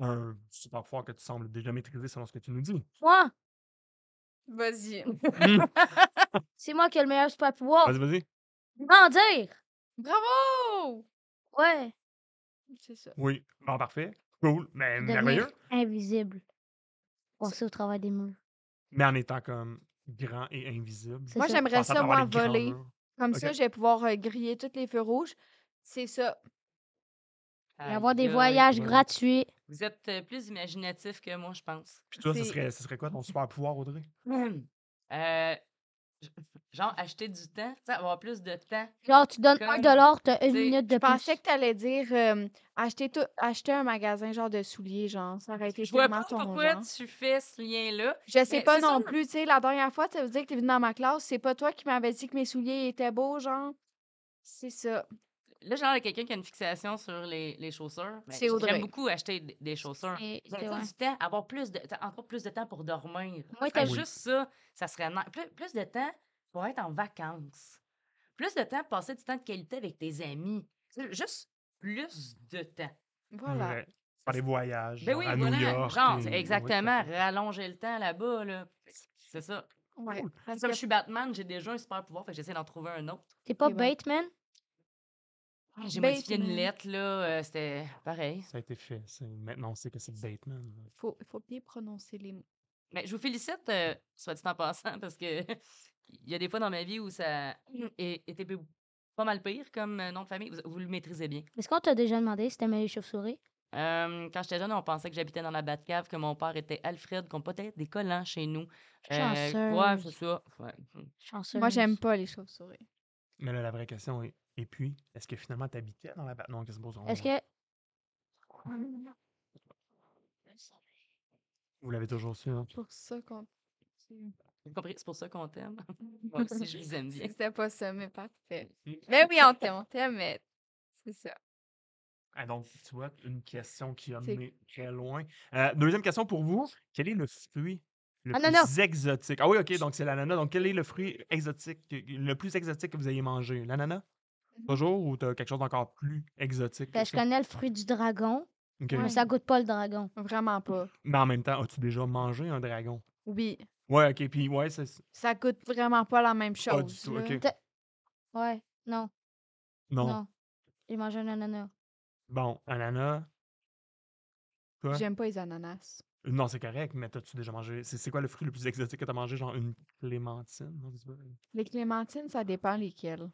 Speaker 1: Un super pouvoir que tu sembles déjà maîtriser selon ce que tu nous dis.
Speaker 4: Moi,
Speaker 2: Vas-y.
Speaker 1: Mm.
Speaker 4: c'est moi qui ai le meilleur super
Speaker 3: Oh!
Speaker 4: pouvoir.
Speaker 1: Vas-y, vas-y.
Speaker 4: Grandir!
Speaker 2: Bravo!
Speaker 4: Ouais.
Speaker 2: C'est ça.
Speaker 1: Oui. Bon, parfait. Cool. Mais
Speaker 4: Devenir
Speaker 1: Euh, merveilleux.
Speaker 4: Invisible. Passer au travail des murs.
Speaker 1: Mais en étant comme grand et invisible.
Speaker 4: C'est
Speaker 2: Moi,
Speaker 4: ça.
Speaker 2: j'aimerais
Speaker 1: Pensant
Speaker 2: ça,
Speaker 1: avoir
Speaker 2: moi,
Speaker 1: des grands
Speaker 2: voler.
Speaker 1: murs.
Speaker 2: Comme
Speaker 1: Ok.
Speaker 2: ça, je vais pouvoir euh, griller tous les feux rouges. C'est ça.
Speaker 4: Et avoir des
Speaker 3: Aïe, aïe.
Speaker 4: voyages
Speaker 1: ouais.
Speaker 4: gratuits.
Speaker 3: Vous êtes euh, plus imaginatif que moi, je pense.
Speaker 1: Puis toi, ce
Speaker 2: C'est-
Speaker 1: serait, ce serait quoi ton super pouvoir, Audrey?
Speaker 3: Euh, j- genre, acheter du temps, tu sais, avoir plus de temps.
Speaker 4: Genre, tu donnes
Speaker 3: Comme-
Speaker 4: un dollar, t'as une
Speaker 3: T'sais,
Speaker 4: minute de
Speaker 2: Je pensais
Speaker 4: plus.
Speaker 2: que t'allais dire euh, acheter, tout, acheter un magasin genre de souliers, genre. Ça aurait été
Speaker 3: Je vois
Speaker 2: tellement
Speaker 3: pas
Speaker 2: ton
Speaker 3: pourquoi
Speaker 2: genre.
Speaker 3: tu fais ce lien-là.
Speaker 2: Je sais
Speaker 3: Mais
Speaker 2: pas
Speaker 3: c'est ça,
Speaker 2: non
Speaker 3: le-
Speaker 2: plus, tu sais, la dernière fois, tu veux dire que t'es venu dans ma classe, c'est pas toi qui m'avais dit que mes souliers étaient beaux, genre. C'est ça.
Speaker 3: Là, j'ai l'air de quelqu'un qui a une fixation sur les, les chaussures. Ben,
Speaker 2: C'est Audrey.
Speaker 3: J'aime beaucoup acheter d- des chaussures.
Speaker 4: Et-
Speaker 3: J'aime
Speaker 4: c'est-
Speaker 3: ça
Speaker 4: ouais.
Speaker 3: du temps, avoir plus de, t'as encore plus de temps pour dormir.
Speaker 4: Moi,
Speaker 3: Fait
Speaker 4: t'as
Speaker 3: que
Speaker 1: Oui.
Speaker 3: juste ça, ça serait nice. plus, plus de temps pour être en vacances. Plus de temps pour passer du temps de qualité avec tes amis. Tu sais, Juste plus de temps.
Speaker 2: Voilà.
Speaker 1: Ouais. Euh, Faire des voyages.
Speaker 3: Ben
Speaker 1: Mmh. genre
Speaker 3: oui,
Speaker 1: à
Speaker 3: voilà.
Speaker 1: New York.
Speaker 3: genre,
Speaker 1: et-
Speaker 3: c'est
Speaker 1: oui,
Speaker 3: exactement, rallonger le temps là-bas, là. C'est ça.
Speaker 2: Ouais. Parce
Speaker 3: Comme
Speaker 2: que-
Speaker 3: je suis Batman, j'ai déjà un super pouvoir, fait que j'essaie d'en trouver un autre.
Speaker 4: T'es pas
Speaker 2: Et voilà.
Speaker 4: Batman? Ah,
Speaker 3: J'ai
Speaker 4: ben,
Speaker 3: modifié une
Speaker 2: Batman.
Speaker 3: lettre, là, euh, c'était pareil.
Speaker 1: Ça a été fait. c'est- Maintenant, on sait que c'est Bateman. là.
Speaker 2: Faut, faut bien prononcer les mots.
Speaker 3: Mais je vous félicite, euh, soit dit en passant, parce que il y a des fois dans ma vie où ça é- était peu- pas mal pire comme euh, nom de famille. Vous, vous le maîtrisez bien.
Speaker 4: Est-ce qu'on t'a déjà demandé si t'aimais les chauves-souris?
Speaker 3: Euh, quand j'étais jeune, on pensait que j'habitais dans la Batcave, que mon père était Alfred, qu'on portait des collants chez nous.
Speaker 1: Euh,
Speaker 3: Euh,
Speaker 4: Chanceuse.
Speaker 3: ouais, c'est ça. Ouais. mmh.
Speaker 4: Chanceuse.
Speaker 2: Moi, j'aime pas les chauves-souris.
Speaker 1: Mais là, la vraie question est et puis, est-ce que finalement, tu habitais dans la Bat- Non, qu'est-ce que c'est
Speaker 4: Est-ce que.
Speaker 1: Vous l'avez toujours su. hein?
Speaker 2: Pour ça qu'on.
Speaker 3: J'ai compris, C'est pour ça qu'on t'aime. Moi aussi, je vous aime bien.
Speaker 2: C'était pas ça, mais parfait.
Speaker 1: Mmh.
Speaker 2: Mais oui, on t'aime, on t'aime, mais c'est ça.
Speaker 1: Ah, donc, tu vois, une question qui a
Speaker 2: C'est-
Speaker 1: mené très loin. Euh, deuxième question pour vous. Quel est le fruit Le
Speaker 4: Ananas.
Speaker 1: plus exotique. Ah oui, OK, donc c'est l'ananas. Donc, quel est le fruit exotique, que- le plus exotique que vous ayez mangé? L'ananas? Toujours ou t'as quelque chose d'encore plus exotique? que
Speaker 4: Mhm. Ben, je
Speaker 1: ça?
Speaker 4: connais le fruit du dragon,
Speaker 1: OK.
Speaker 4: mais ça goûte pas le dragon.
Speaker 2: Vraiment pas.
Speaker 1: Mais en même temps, as-tu déjà mangé un dragon?
Speaker 2: Oui.
Speaker 1: Ouais, OK, puis ouais, c'est c'est
Speaker 2: Ça goûte vraiment pas la même chose.
Speaker 1: pas du tout.
Speaker 2: là.
Speaker 1: OK.
Speaker 4: Ouais, non,
Speaker 1: Non.
Speaker 4: non. J'ai mangé un ananas.
Speaker 1: Bon, ananas. Quoi?
Speaker 2: J'aime pas les ananas.
Speaker 1: Non, c'est correct, mais t'as-tu déjà mangé? C'est c'est quoi le fruit le plus exotique que t'as mangé? Genre une clémentine? Non, c'est pas-
Speaker 2: Les clémentines, ça dépend lesquelles.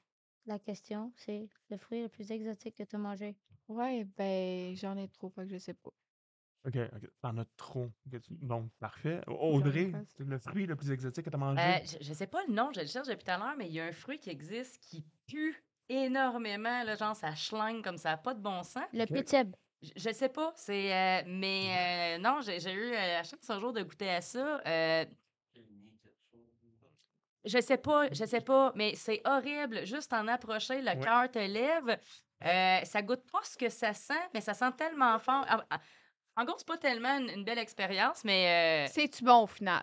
Speaker 4: La question, c'est le fruit le plus exotique que tu as mangé.
Speaker 2: Ouais, ben, j'en ai trop, fait que je sais pas.
Speaker 1: OK, OK. T'en as trop. Ok, tu- Donc, parfait. O-
Speaker 2: J'en ai
Speaker 1: Audrey,
Speaker 2: presque.
Speaker 1: c'est le fruit le plus exotique que t'as mangé?
Speaker 3: Euh, je- je sais pas le nom, je le cherche depuis tout à l'heure, mais il y a un fruit qui existe qui pue énormément, là, genre ça chlingue comme ça, a pas de bon sens.
Speaker 4: Le
Speaker 1: Ok.
Speaker 4: pétib.
Speaker 3: Je- Je sais pas, c'est euh,
Speaker 2: Mmh.
Speaker 3: mais euh, non, j'ai j'ai eu euh, la chance un jour de goûter à ça. euh, je sais pas, je sais pas, mais c'est horrible. Juste en approcher, le
Speaker 1: Ouais.
Speaker 3: cœur te lève. Euh, ça goûte pas ce que ça sent, mais ça sent tellement fort. Ah, ah, En gros, c'est pas tellement une, une belle expérience, mais euh,
Speaker 2: C'est-tu bon au final?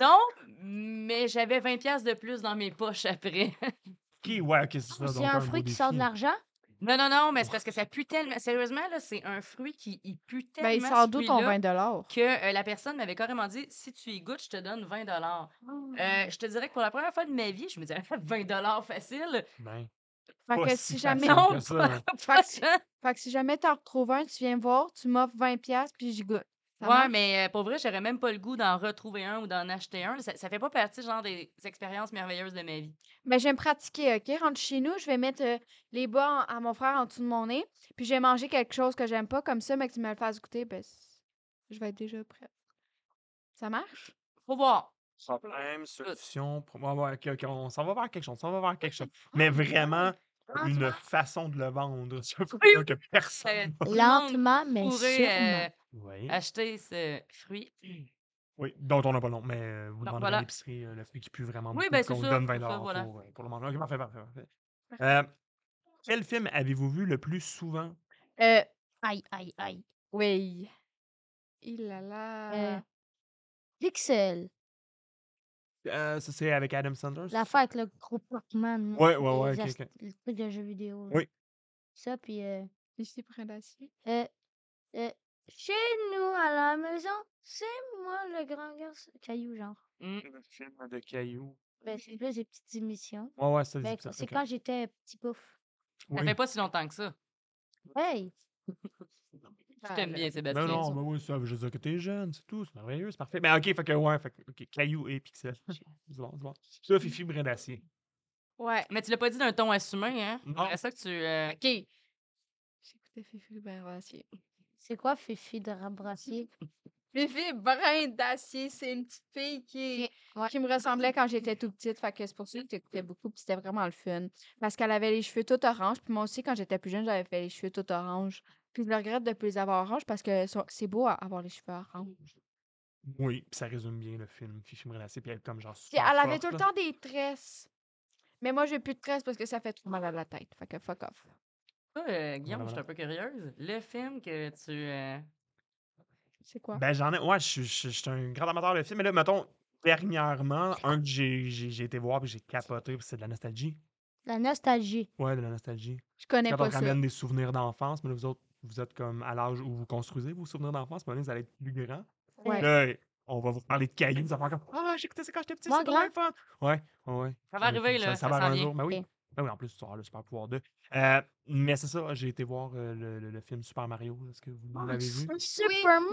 Speaker 3: non, mais j'avais 20 pièces de plus dans mes poches après.
Speaker 1: OK, ouais, OK, c'est ça.
Speaker 4: C'est
Speaker 1: Ah, donc
Speaker 4: un
Speaker 1: beau
Speaker 4: fruit qui sort de
Speaker 1: défi.
Speaker 4: l'argent?
Speaker 3: non, non, non, mais c'est parce que ça pue tellement. Sérieusement, là, c'est un fruit qui il pue tellement.
Speaker 2: Ben, il
Speaker 3: ce
Speaker 2: sort d'où ton
Speaker 3: fruit-là.
Speaker 2: 20 dollars?
Speaker 3: que euh, la personne m'avait carrément dit si tu y goûtes, je te donne 20 dollars. Euh, je te dirais que pour la première fois de ma vie, je me disais 20 dollars facile.
Speaker 1: Ben,
Speaker 2: Fait
Speaker 1: pas
Speaker 2: que
Speaker 1: si
Speaker 2: si jamais...
Speaker 1: facile
Speaker 3: Non,
Speaker 1: que ça, hein.
Speaker 2: Fait que, si- fait que si jamais t'en retrouves un, tu viens me voir, tu m'offres 20 pièces puis j'y goûte. Ça
Speaker 3: ouais,
Speaker 2: marche?
Speaker 3: mais euh, pour vrai, j'aurais même pas le goût d'en retrouver un ou d'en acheter un. Ça, ça fait pas partie genre des expériences merveilleuses de ma vie.
Speaker 2: Mais Ben, je vais me pratiquer, OK? Rentre chez nous, je vais mettre euh, les bas en- à mon frère en dessous de mon nez, puis je vais manger quelque chose que j'aime pas, comme ça, mais que tu me le fasses goûter, ben, c- je vais être déjà prête. Ça marche?
Speaker 3: Faut voir.
Speaker 1: Problème, solution. pro- Ouais, ouais, OK, OK, on s'en va vers quelque chose. On s'en va vers quelque chose. Mais vraiment,
Speaker 2: Ah, tu
Speaker 1: une
Speaker 2: vois?
Speaker 1: façon de le vendre. Ce
Speaker 3: Oui.
Speaker 1: fruit-là que personne.
Speaker 3: Tout le monde
Speaker 4: Lentement, mais sûrement.
Speaker 3: pourrait euh,
Speaker 1: Oui.
Speaker 3: acheter ce fruit.
Speaker 1: Oui, dont on n'a pas le nom, mais euh, vous
Speaker 3: Non,
Speaker 1: demandez
Speaker 3: voilà.
Speaker 1: à l'épicerie euh, le fruit qui pue vraiment
Speaker 3: Oui,
Speaker 1: beaucoup,
Speaker 3: ben, c'est
Speaker 1: qu'on vous
Speaker 3: ça,
Speaker 1: donne
Speaker 3: pour
Speaker 1: 20
Speaker 3: ça, voilà.
Speaker 1: pour, euh, pour le manger. OK, parfait, parfait, parfait. Euh, quel film avez-vous vu le plus souvent?
Speaker 2: Euh,
Speaker 4: Aïe, aïe, aïe.
Speaker 2: oui. Il là là.
Speaker 4: Euh, Pixel.
Speaker 1: Euh, ça, c'est avec Adam Sanders?
Speaker 4: L'affaire avec le gros Pac-Man. là,
Speaker 1: Ouais, ouais,
Speaker 4: les
Speaker 1: ouais, ok,
Speaker 4: ast-
Speaker 1: ok.
Speaker 4: Le truc de jeux vidéo. là.
Speaker 1: Oui.
Speaker 4: Ça, puis. euh,
Speaker 2: Ici, près d'acier.
Speaker 4: euh, euh, chez nous, à la maison, c'est moi le grand garçon. Caillou, genre.
Speaker 3: Mm.
Speaker 1: Le film de Caillou.
Speaker 4: Ben, c'est plus des petites émissions.
Speaker 1: Ouais, ouais, ça,
Speaker 4: Ben,
Speaker 1: ça,
Speaker 4: c'est
Speaker 1: ok.
Speaker 4: quand j'étais petit pouf.
Speaker 3: Ça
Speaker 1: Oui.
Speaker 3: fait pas si longtemps que ça.
Speaker 4: Hey!
Speaker 2: Ah,
Speaker 3: Je t'aime bien, Sébastien.
Speaker 1: Non, non, ben oui, ça, je veux dire que t'es jeune, c'est tout, c'est merveilleux, c'est parfait. Ben, OK, fait que, ouais, fait que, ok, Caillou et Pixel. c'est bon, c'est bon. Ça, Fifi Brin d'acier.
Speaker 2: Ouais.
Speaker 3: Mais tu l'as pas dit d'un ton assumé, hein?
Speaker 1: Non.
Speaker 3: C'est ça que tu. euh,
Speaker 2: OK. J'écoutais Fifi Brin d'acier.
Speaker 4: C'est quoi Fifi de Rabrassier?
Speaker 2: Fifi Brin d'acier, c'est une petite fille qui,
Speaker 4: Ouais.
Speaker 2: qui me ressemblait quand j'étais toute petite. Fait que c'est pour ça que j'écoutais beaucoup. Puis c'était vraiment le fun. Parce qu'elle avait les cheveux tout orange. Puis moi aussi, quand j'étais plus jeune, j'avais fait les cheveux tout orange. Puis je le regrette de ne plus les avoir orange parce que so- c'est beau à avoir les cheveux orange.
Speaker 1: Oui, puis ça résume bien le film, Fifi Brin d'acier, puis elle, est comme genre.
Speaker 2: Puis
Speaker 1: super
Speaker 2: elle avait tout
Speaker 1: forte,
Speaker 2: le
Speaker 1: là.
Speaker 2: temps des tresses. Mais moi, j'ai plus de tresses parce que ça fait trop mal à la tête. Fait que fuck off.
Speaker 3: Toi, euh, Guillaume,
Speaker 1: Voilà,
Speaker 3: je suis un peu curieuse. Le film que tu. euh,
Speaker 2: C'est quoi?
Speaker 1: Ben, j'en ai. Ouais, je suis- je suis je suis un grand amateur de films. Mais là, mettons, dernièrement, un que j'ai j'ai- j'ai été voir puis j'ai capoté, puis c'est de la nostalgie.
Speaker 4: La nostalgie.
Speaker 1: Ouais, de la nostalgie.
Speaker 2: Je connais
Speaker 1: Quand on
Speaker 2: pas
Speaker 1: te
Speaker 2: ça.
Speaker 1: ramène des souvenirs d'enfance, mais là, vous autres, vous êtes comme à l'âge où vous construisez vos souvenirs d'enfance, mais vous allez être plus grand.
Speaker 2: Ouais.
Speaker 1: Là, on va vous parler de cailloux, ça va comme Ah, j'écoutais ça quand j'étais petit,
Speaker 4: Moi,
Speaker 1: c'est pas fun. Ouais, ouais, ouais.
Speaker 3: Ça va arriver, là, ça
Speaker 1: va
Speaker 3: s'en
Speaker 1: arriver un
Speaker 3: vient.
Speaker 1: jour. Ben oui.
Speaker 4: Ok.
Speaker 1: Ben oui, en plus, tu auras le super pouvoir 2. Euh, mais c'est ça, j'ai été voir euh, le, le- le film Super Mario. Est-ce que vous
Speaker 3: Ah,
Speaker 1: l'avez vu?
Speaker 2: Oui, Moi,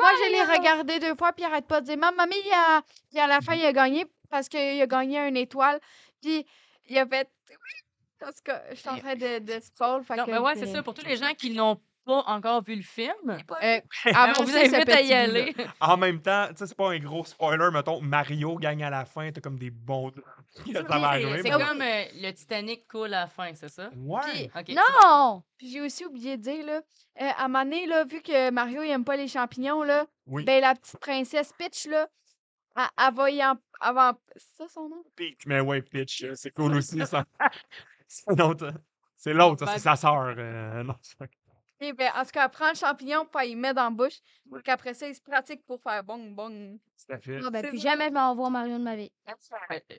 Speaker 2: je l'ai regardé deux fois, puis il arrête pas de dire Maman, mais il a... puis à la fin, il a gagné parce qu'il a gagné une étoile. Puis il a fait Oui! En tout cas, je suis en train de, de spoil. fait
Speaker 3: Non,
Speaker 2: que
Speaker 3: mais ouais,
Speaker 2: vous
Speaker 3: c'est
Speaker 2: pouvez-
Speaker 3: ça. Pour tous les gens qui n'ont pas encore vu le film,
Speaker 2: Euh,
Speaker 3: Ah, on
Speaker 2: avancez
Speaker 3: vous
Speaker 2: ce
Speaker 3: invite à
Speaker 2: petit
Speaker 3: y
Speaker 2: bout-là.
Speaker 3: aller.
Speaker 1: En même temps, tu sais, c'est pas un gros spoiler, mettons, Mario gagne à la fin, t'as comme des bons. ça va arriver.
Speaker 3: C'est c'est
Speaker 1: mais-
Speaker 3: comme euh, le Titanic coule à la fin, c'est ça?
Speaker 1: Ouais!
Speaker 3: OK.
Speaker 4: Non!
Speaker 2: Puis j'ai aussi oublié de dire, là, euh, à un moment donné, là, vu que Mario, il aime pas les champignons, là,
Speaker 1: Oui,
Speaker 2: ben la petite princesse Peach, là, elle, elle va y en. elle va en- C'est ça son nom?
Speaker 1: Peach, mais ouais, Peach, euh, c'est cool aussi, ça. c'est l'autre, c'est l'autre, ça, c'est sa sœur. euh, non, c'est-
Speaker 2: Et ben, en tout cas, elle prend le champignon, puis elle le met dans la bouche. Puis après ça, il se pratique pour faire bong, bong.
Speaker 1: Tout à fait.
Speaker 4: Ah, ben,
Speaker 3: C'est
Speaker 4: plus
Speaker 3: ça.
Speaker 4: jamais je m'en vais voir Mario de ma vie.
Speaker 3: Euh,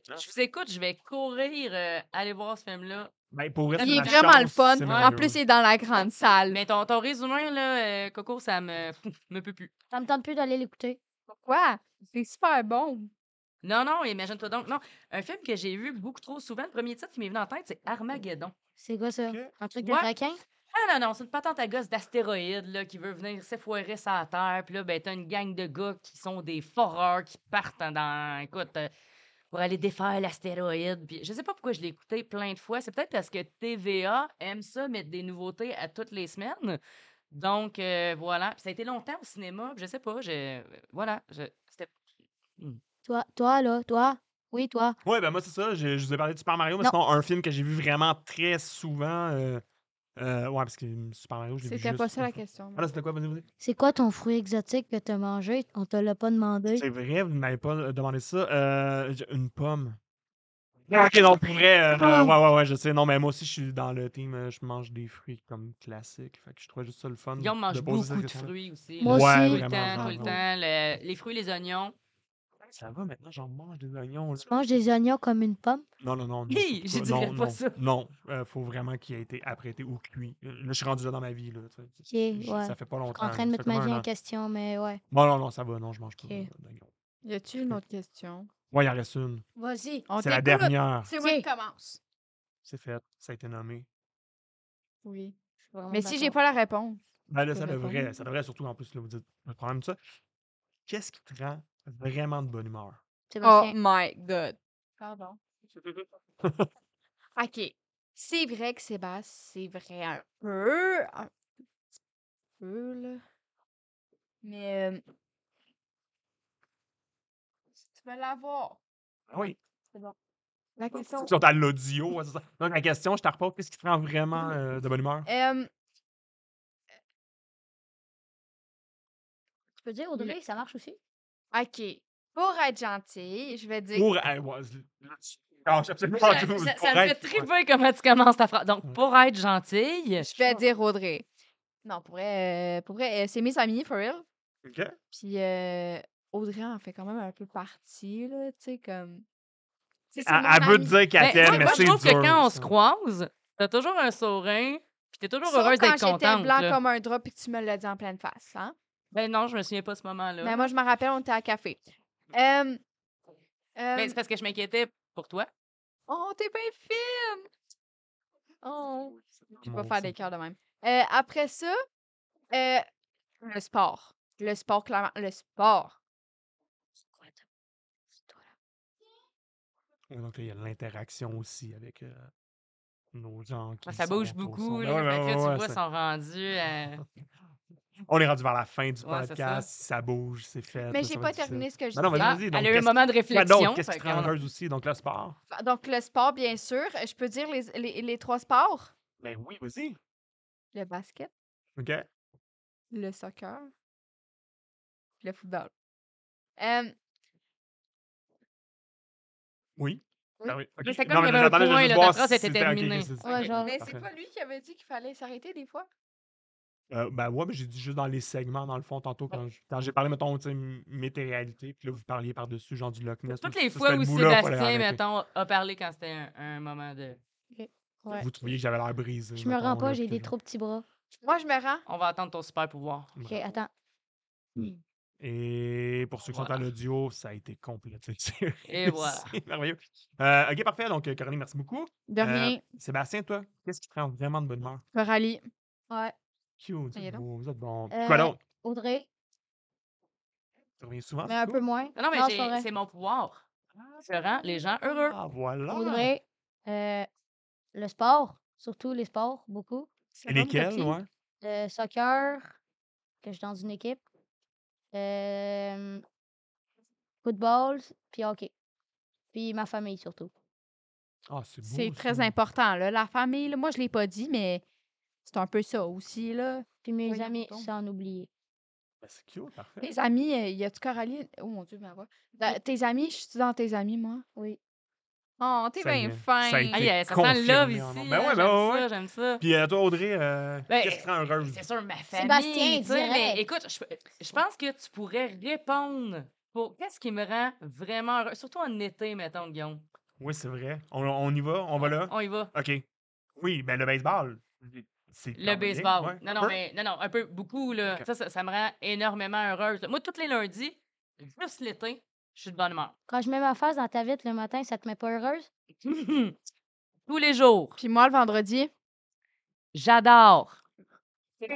Speaker 3: Je vous écoute, je vais courir, euh, aller voir ce film-là.
Speaker 1: Ben, pour vrai,
Speaker 3: Il
Speaker 1: c'est
Speaker 2: Il est
Speaker 1: ma
Speaker 2: vraiment
Speaker 1: chance,
Speaker 2: le fun.
Speaker 1: c'est
Speaker 2: En
Speaker 1: Mario.
Speaker 2: plus, il est dans la grande salle. Mais
Speaker 3: Mais ton, ton résumé, là, euh, Coco, ça me, me peut plus.
Speaker 4: Ça me tente plus d'aller l'écouter.
Speaker 2: pourquoi? C'est super bon.
Speaker 3: Non, non, imagine-toi donc. Non, un film que j'ai vu beaucoup trop souvent, le premier titre qui m'est venu en tête, c'est Armageddon.
Speaker 4: C'est quoi ça?
Speaker 1: Ok.
Speaker 4: Un truc
Speaker 3: Ouais.
Speaker 4: de requin?
Speaker 3: Ah non, non, c'est une patente à gosse d'astéroïdes là, qui veut venir s'effoirer sa Terre. Puis là, ben, t'as une gang de gars qui sont des foreurs qui partent en- dans. Écoute, euh, pour aller défaire l'astéroïde. Puis je sais pas pourquoi je l'ai écouté plein de fois. C'est peut-être parce que TVA aime ça, mettre des nouveautés à toutes les semaines. Donc, euh, voilà. Puis ça a été longtemps au cinéma. puis Je sais pas. Je... Voilà. Je... C'était.
Speaker 4: Toi, toi, là, toi. Oui, toi.
Speaker 1: Ouais, ben moi, c'est ça. Je, je vous ai parlé de Super Mario, mais
Speaker 4: Non.
Speaker 1: sinon, un film que j'ai vu vraiment très souvent. euh, euh, ouais, parce que Super Mario, je l'ai vu.
Speaker 2: C'était
Speaker 1: juste
Speaker 2: pas ça
Speaker 1: une
Speaker 2: la
Speaker 1: fois.
Speaker 2: question.
Speaker 1: Ah, là, c'était quoi? Vas-y, vas-y.
Speaker 4: C'est quoi ton fruit exotique que t'as mangé? On te l'a pas demandé.
Speaker 1: C'est vrai, vous ne m'avez pas euh, demandé ça. Euh, j- une pomme. Ok, non, pour vrai. euh, euh, ouais, ouais, ouais, je sais. Non, mais moi aussi, je suis dans le team. euh, je mange des fruits comme classique. Fait que je trouvais juste ça le fun.
Speaker 3: Guillaume
Speaker 1: Hum, de
Speaker 3: mange
Speaker 1: poser cette
Speaker 3: beaucoup de
Speaker 1: question-là.
Speaker 3: fruits aussi.
Speaker 4: Moi
Speaker 1: Ouais,
Speaker 3: tout
Speaker 4: aussi.
Speaker 3: le temps,
Speaker 1: vraiment,
Speaker 3: tout le
Speaker 1: vraiment.
Speaker 3: temps. le- Les fruits, les oignons.
Speaker 1: Ça va maintenant, j'en mange des oignons. là.
Speaker 4: Tu manges des oignons comme une pomme?
Speaker 1: Non, non, non. non
Speaker 3: Hi,
Speaker 1: surtout
Speaker 3: je dirais
Speaker 1: non,
Speaker 3: pas
Speaker 1: non,
Speaker 3: ça.
Speaker 1: Non, euh, faut vraiment qu'il ait été apprêté ou cuit. Euh, Là, je suis rendu là dans ma vie. Là, tu sais.
Speaker 4: Ok, ouais.
Speaker 1: Je- Ça fait pas longtemps.
Speaker 4: en train de
Speaker 1: là,
Speaker 4: mettre
Speaker 1: ça fait
Speaker 4: ma
Speaker 1: comme
Speaker 4: vie
Speaker 1: un
Speaker 4: en
Speaker 1: an.
Speaker 4: question, mais ouais.
Speaker 1: Non, non, non, ça va. Non, je mange pas
Speaker 4: Ok.
Speaker 1: euh, d'oignons.
Speaker 2: Y a-tu une autre question?
Speaker 1: Ouais, il en reste une.
Speaker 4: Vas-y.
Speaker 2: On
Speaker 1: C'est la
Speaker 2: t'écoute.
Speaker 1: dernière.
Speaker 2: C'est moi qui
Speaker 4: Ok.
Speaker 2: commence.
Speaker 1: C'est fait. Ça a été nommé.
Speaker 2: Oui. Mais si j'ai pas la réponse.
Speaker 1: Ben là,
Speaker 2: Je
Speaker 1: ça
Speaker 2: peux
Speaker 1: devrait,
Speaker 2: répondre?
Speaker 1: ça devrait surtout en plus, là, vous dites, le problème de ça, qu'est-ce qui te rend vraiment de bonne humeur?
Speaker 2: Oh my god. Pardon.
Speaker 1: Ben
Speaker 2: OK. C'est vrai que Sébastien, c'est vrai un peu. Un petit peu, là. Mais. euh, si tu veux l'avoir.
Speaker 1: Ah oui,
Speaker 2: La
Speaker 1: ils
Speaker 2: question.
Speaker 1: sont à l'audio. ouais, c'est ça. Donc, la question, je te repose, qu'est-ce qui te rend vraiment euh, de bonne humeur?
Speaker 2: Euh,
Speaker 1: Oh.
Speaker 4: Tu peux dire, Audrey, ça marche aussi?
Speaker 2: OK. Pour être gentille, je vais dire.
Speaker 1: Pour. eh, ouais, c'est- non, j'ai absolument
Speaker 3: Ça,
Speaker 1: pas tout,
Speaker 3: ça-
Speaker 1: pour
Speaker 3: ça me fait
Speaker 1: être-
Speaker 3: triper comment tu commences ta phrase. Donc,
Speaker 1: Ouais.
Speaker 3: pour être gentille, ben,
Speaker 2: Je vais dire Audrey. Non, pour vrai, euh, pour vrai euh, c'est mes amis, for real.
Speaker 1: Ok.
Speaker 2: Puis euh, Audrey en fait quand même un peu partie, là, tu sais, comme. Tu sais, c'est
Speaker 1: Elle,
Speaker 2: mon
Speaker 1: elle veut
Speaker 2: amie.
Speaker 1: te dire qu'elle
Speaker 3: Ben,
Speaker 1: t'aime,
Speaker 3: moi,
Speaker 1: mais
Speaker 3: moi,
Speaker 1: c'est
Speaker 3: je
Speaker 1: dur.
Speaker 3: trouve que quand on se
Speaker 1: ça.
Speaker 3: croise, t'as toujours un sourire, puis t'es toujours
Speaker 2: Sauf
Speaker 3: heureuse
Speaker 2: quand
Speaker 3: d'être
Speaker 2: j'étais
Speaker 3: contente.
Speaker 2: blanc
Speaker 3: là.
Speaker 2: comme un drap puis que tu me l'as dit en pleine face, hein?
Speaker 3: Ben non, je me souviens pas ce moment-là.
Speaker 2: Mais Ben, moi, je me rappelle, on était à café.
Speaker 1: Mmh.
Speaker 2: Euh, euh,
Speaker 3: Ben, c'est parce que je m'inquiétais pour toi.
Speaker 2: oh, t'es bien fine! Oh, je vais
Speaker 1: Mon
Speaker 2: pas faire
Speaker 1: Dieu.
Speaker 2: des cœurs de même. Euh, après ça, euh, le sport. Le sport, clairement. Le sport.
Speaker 1: Ouais, donc, là, il y a l'interaction aussi avec euh, nos gens qui.
Speaker 3: Ah, ça
Speaker 1: sont
Speaker 3: bouge
Speaker 1: autour,
Speaker 3: beaucoup.
Speaker 1: sont-
Speaker 3: Là,
Speaker 1: Ouais, ouais,
Speaker 3: fait que là,
Speaker 1: ouais, ouais,
Speaker 3: tu vois,
Speaker 1: ça-
Speaker 3: ils sont rendus. à-
Speaker 1: On est rendu vers la fin du
Speaker 3: Ouais, c'est ça.
Speaker 1: podcast. si ça bouge, c'est fait. là,
Speaker 2: Mais
Speaker 1: Ah, ça
Speaker 2: j'ai
Speaker 1: va
Speaker 2: pas
Speaker 1: être difficile.
Speaker 2: terminé ce que je
Speaker 1: Ben non, vas-y,
Speaker 3: Ah,
Speaker 1: vas-y,
Speaker 3: elle
Speaker 1: donc,
Speaker 3: a eu un
Speaker 1: qu'est-ce-
Speaker 3: moment de
Speaker 1: Quoi d'autre?
Speaker 3: réflexion.
Speaker 1: Qu'est-ce
Speaker 3: fait
Speaker 1: qui te rend
Speaker 3: qu'on a-
Speaker 1: heureuse aussi? Donc, le sport.
Speaker 2: disais. Donc, le sport, bien sûr. euh, Je peux dire les, les, les trois sports.
Speaker 1: Ben oui, vas-y.
Speaker 2: Le basket,
Speaker 1: OK.
Speaker 2: le soccer, le football. Euh,
Speaker 1: Oui.
Speaker 2: Oui.
Speaker 1: Ah oui. ok.
Speaker 3: Mais c'est
Speaker 1: Non,
Speaker 3: comme il y avait un
Speaker 1: j'attendais, je
Speaker 3: point,
Speaker 1: veux
Speaker 3: là,
Speaker 1: voir
Speaker 3: ta phrase
Speaker 1: si
Speaker 3: était
Speaker 1: c'était- ok, ok,
Speaker 3: terminée.
Speaker 1: c'est- c'est-
Speaker 4: Ouais,
Speaker 1: ok,
Speaker 4: genre-
Speaker 2: mais c'est
Speaker 1: parfait.
Speaker 2: pas lui qui avait dit qu'il fallait s'arrêter des fois?
Speaker 1: Euh, ben ouais, mais j'ai dit juste dans les segments, dans le fond, tantôt, quand je- quand j'ai parlé, mettons, tu sais, m- météoralité, puis là, vous parliez par-dessus, genre du Loch Ness.
Speaker 3: Toutes
Speaker 1: tout
Speaker 3: les
Speaker 1: ça,
Speaker 3: fois
Speaker 1: c'était le
Speaker 3: où
Speaker 1: bout-là, fallait
Speaker 3: Sébastien,
Speaker 1: arrêter.
Speaker 3: mettons, a parlé quand c'était un, un moment de.
Speaker 4: Ouais.
Speaker 1: Vous trouviez que j'avais l'air brisé.
Speaker 4: Je me
Speaker 1: mettons,
Speaker 4: rends
Speaker 1: là,
Speaker 4: pas, j'ai
Speaker 1: puis
Speaker 4: des
Speaker 1: que-
Speaker 4: trop petits bras.
Speaker 2: Moi, je me rends.
Speaker 3: On va attendre ton super pouvoir.
Speaker 4: Ok, attends.
Speaker 1: Et pour ceux qui sont à
Speaker 3: Voilà.
Speaker 1: l'audio, ça a été complété. C'est-
Speaker 3: Et voilà.
Speaker 1: C'est merveilleux. Euh, OK, parfait. Donc, euh, Caroline, merci beaucoup.
Speaker 2: De
Speaker 1: Euh,
Speaker 2: rien.
Speaker 1: Sébastien, toi, qu'est-ce qui te rend vraiment de bonne humeur?
Speaker 2: Coralie.
Speaker 4: Ouais.
Speaker 1: Cute, vous
Speaker 2: Voyons
Speaker 1: êtes
Speaker 2: donc.
Speaker 1: beau, vous êtes bon.
Speaker 4: Euh,
Speaker 1: Quoi d'autre?
Speaker 4: Audrey,
Speaker 1: Tu reviens souvent?
Speaker 4: mais un
Speaker 1: Coco?
Speaker 4: peu moins.
Speaker 3: Non, non, mais
Speaker 4: Non, c'est pas
Speaker 3: j'ai-
Speaker 4: vrai.
Speaker 3: c'est mon pouvoir. Je rends les gens heureux.
Speaker 1: Ah, voilà.
Speaker 4: Audrey, euh, le sport, surtout les sports, beaucoup.
Speaker 1: Et lesquels, ouais?
Speaker 4: Le soccer, que je suis dans une équipe. Euh, football, puis hockey. Puis ma famille, surtout.
Speaker 1: Ah, c'est beau.
Speaker 2: C'est très
Speaker 1: ça.
Speaker 2: important, là. La famille, là, moi, je l'ai pas dit, mais c'est un peu ça aussi, là.
Speaker 4: Puis mes
Speaker 2: Voyons
Speaker 4: amis,
Speaker 2: donc.
Speaker 4: sans oublier.
Speaker 1: Ben, c'est cute, parfait.
Speaker 2: Tes amis, euh, y a-tu Coralie? Oh mon Dieu, ma voix. Da- tes amis, je suis dans tes amis, moi.
Speaker 4: Oui.
Speaker 2: Oh, t'es
Speaker 1: Ça y
Speaker 2: bien
Speaker 1: est.
Speaker 2: fin.
Speaker 1: Ça y est.
Speaker 3: Aïe, aïe, ça sent
Speaker 1: confirmé
Speaker 3: le love
Speaker 1: en
Speaker 3: ici.
Speaker 1: nombre. Ben ouais,
Speaker 3: là,
Speaker 1: ben
Speaker 3: j'aime
Speaker 1: ouais,
Speaker 3: ça, j'aime ça.
Speaker 1: Puis euh, toi, Audrey, euh,
Speaker 3: Ben,
Speaker 1: qu'est-ce qui te rend heureuse?
Speaker 3: C'est sûr, ma famille.
Speaker 4: Sébastien,
Speaker 3: tu sais,
Speaker 4: direct.
Speaker 3: mais écoute, je, je pense que tu pourrais répondre pour qu'est-ce qui me rend vraiment heureux, surtout en été, mettons, Guillaume.
Speaker 1: Oui, c'est vrai. On, on y va? On va là?
Speaker 3: On y va.
Speaker 1: OK. Oui, ben le baseball. c'est quand
Speaker 3: Le
Speaker 1: même bien,
Speaker 3: baseball.
Speaker 1: ouais.
Speaker 3: Non, non,
Speaker 1: Peu-
Speaker 3: mais non, non, un peu beaucoup, là.
Speaker 1: Ok.
Speaker 3: Ça, ça, ça me rend énormément heureuse. Moi, tous les lundis, juste l'été, je suis de bonne humeur.
Speaker 4: Quand je mets ma face dans ta vitre le matin, ça te met pas heureuse?
Speaker 3: Tous les jours.
Speaker 2: Puis moi, le vendredi,
Speaker 3: J'adore.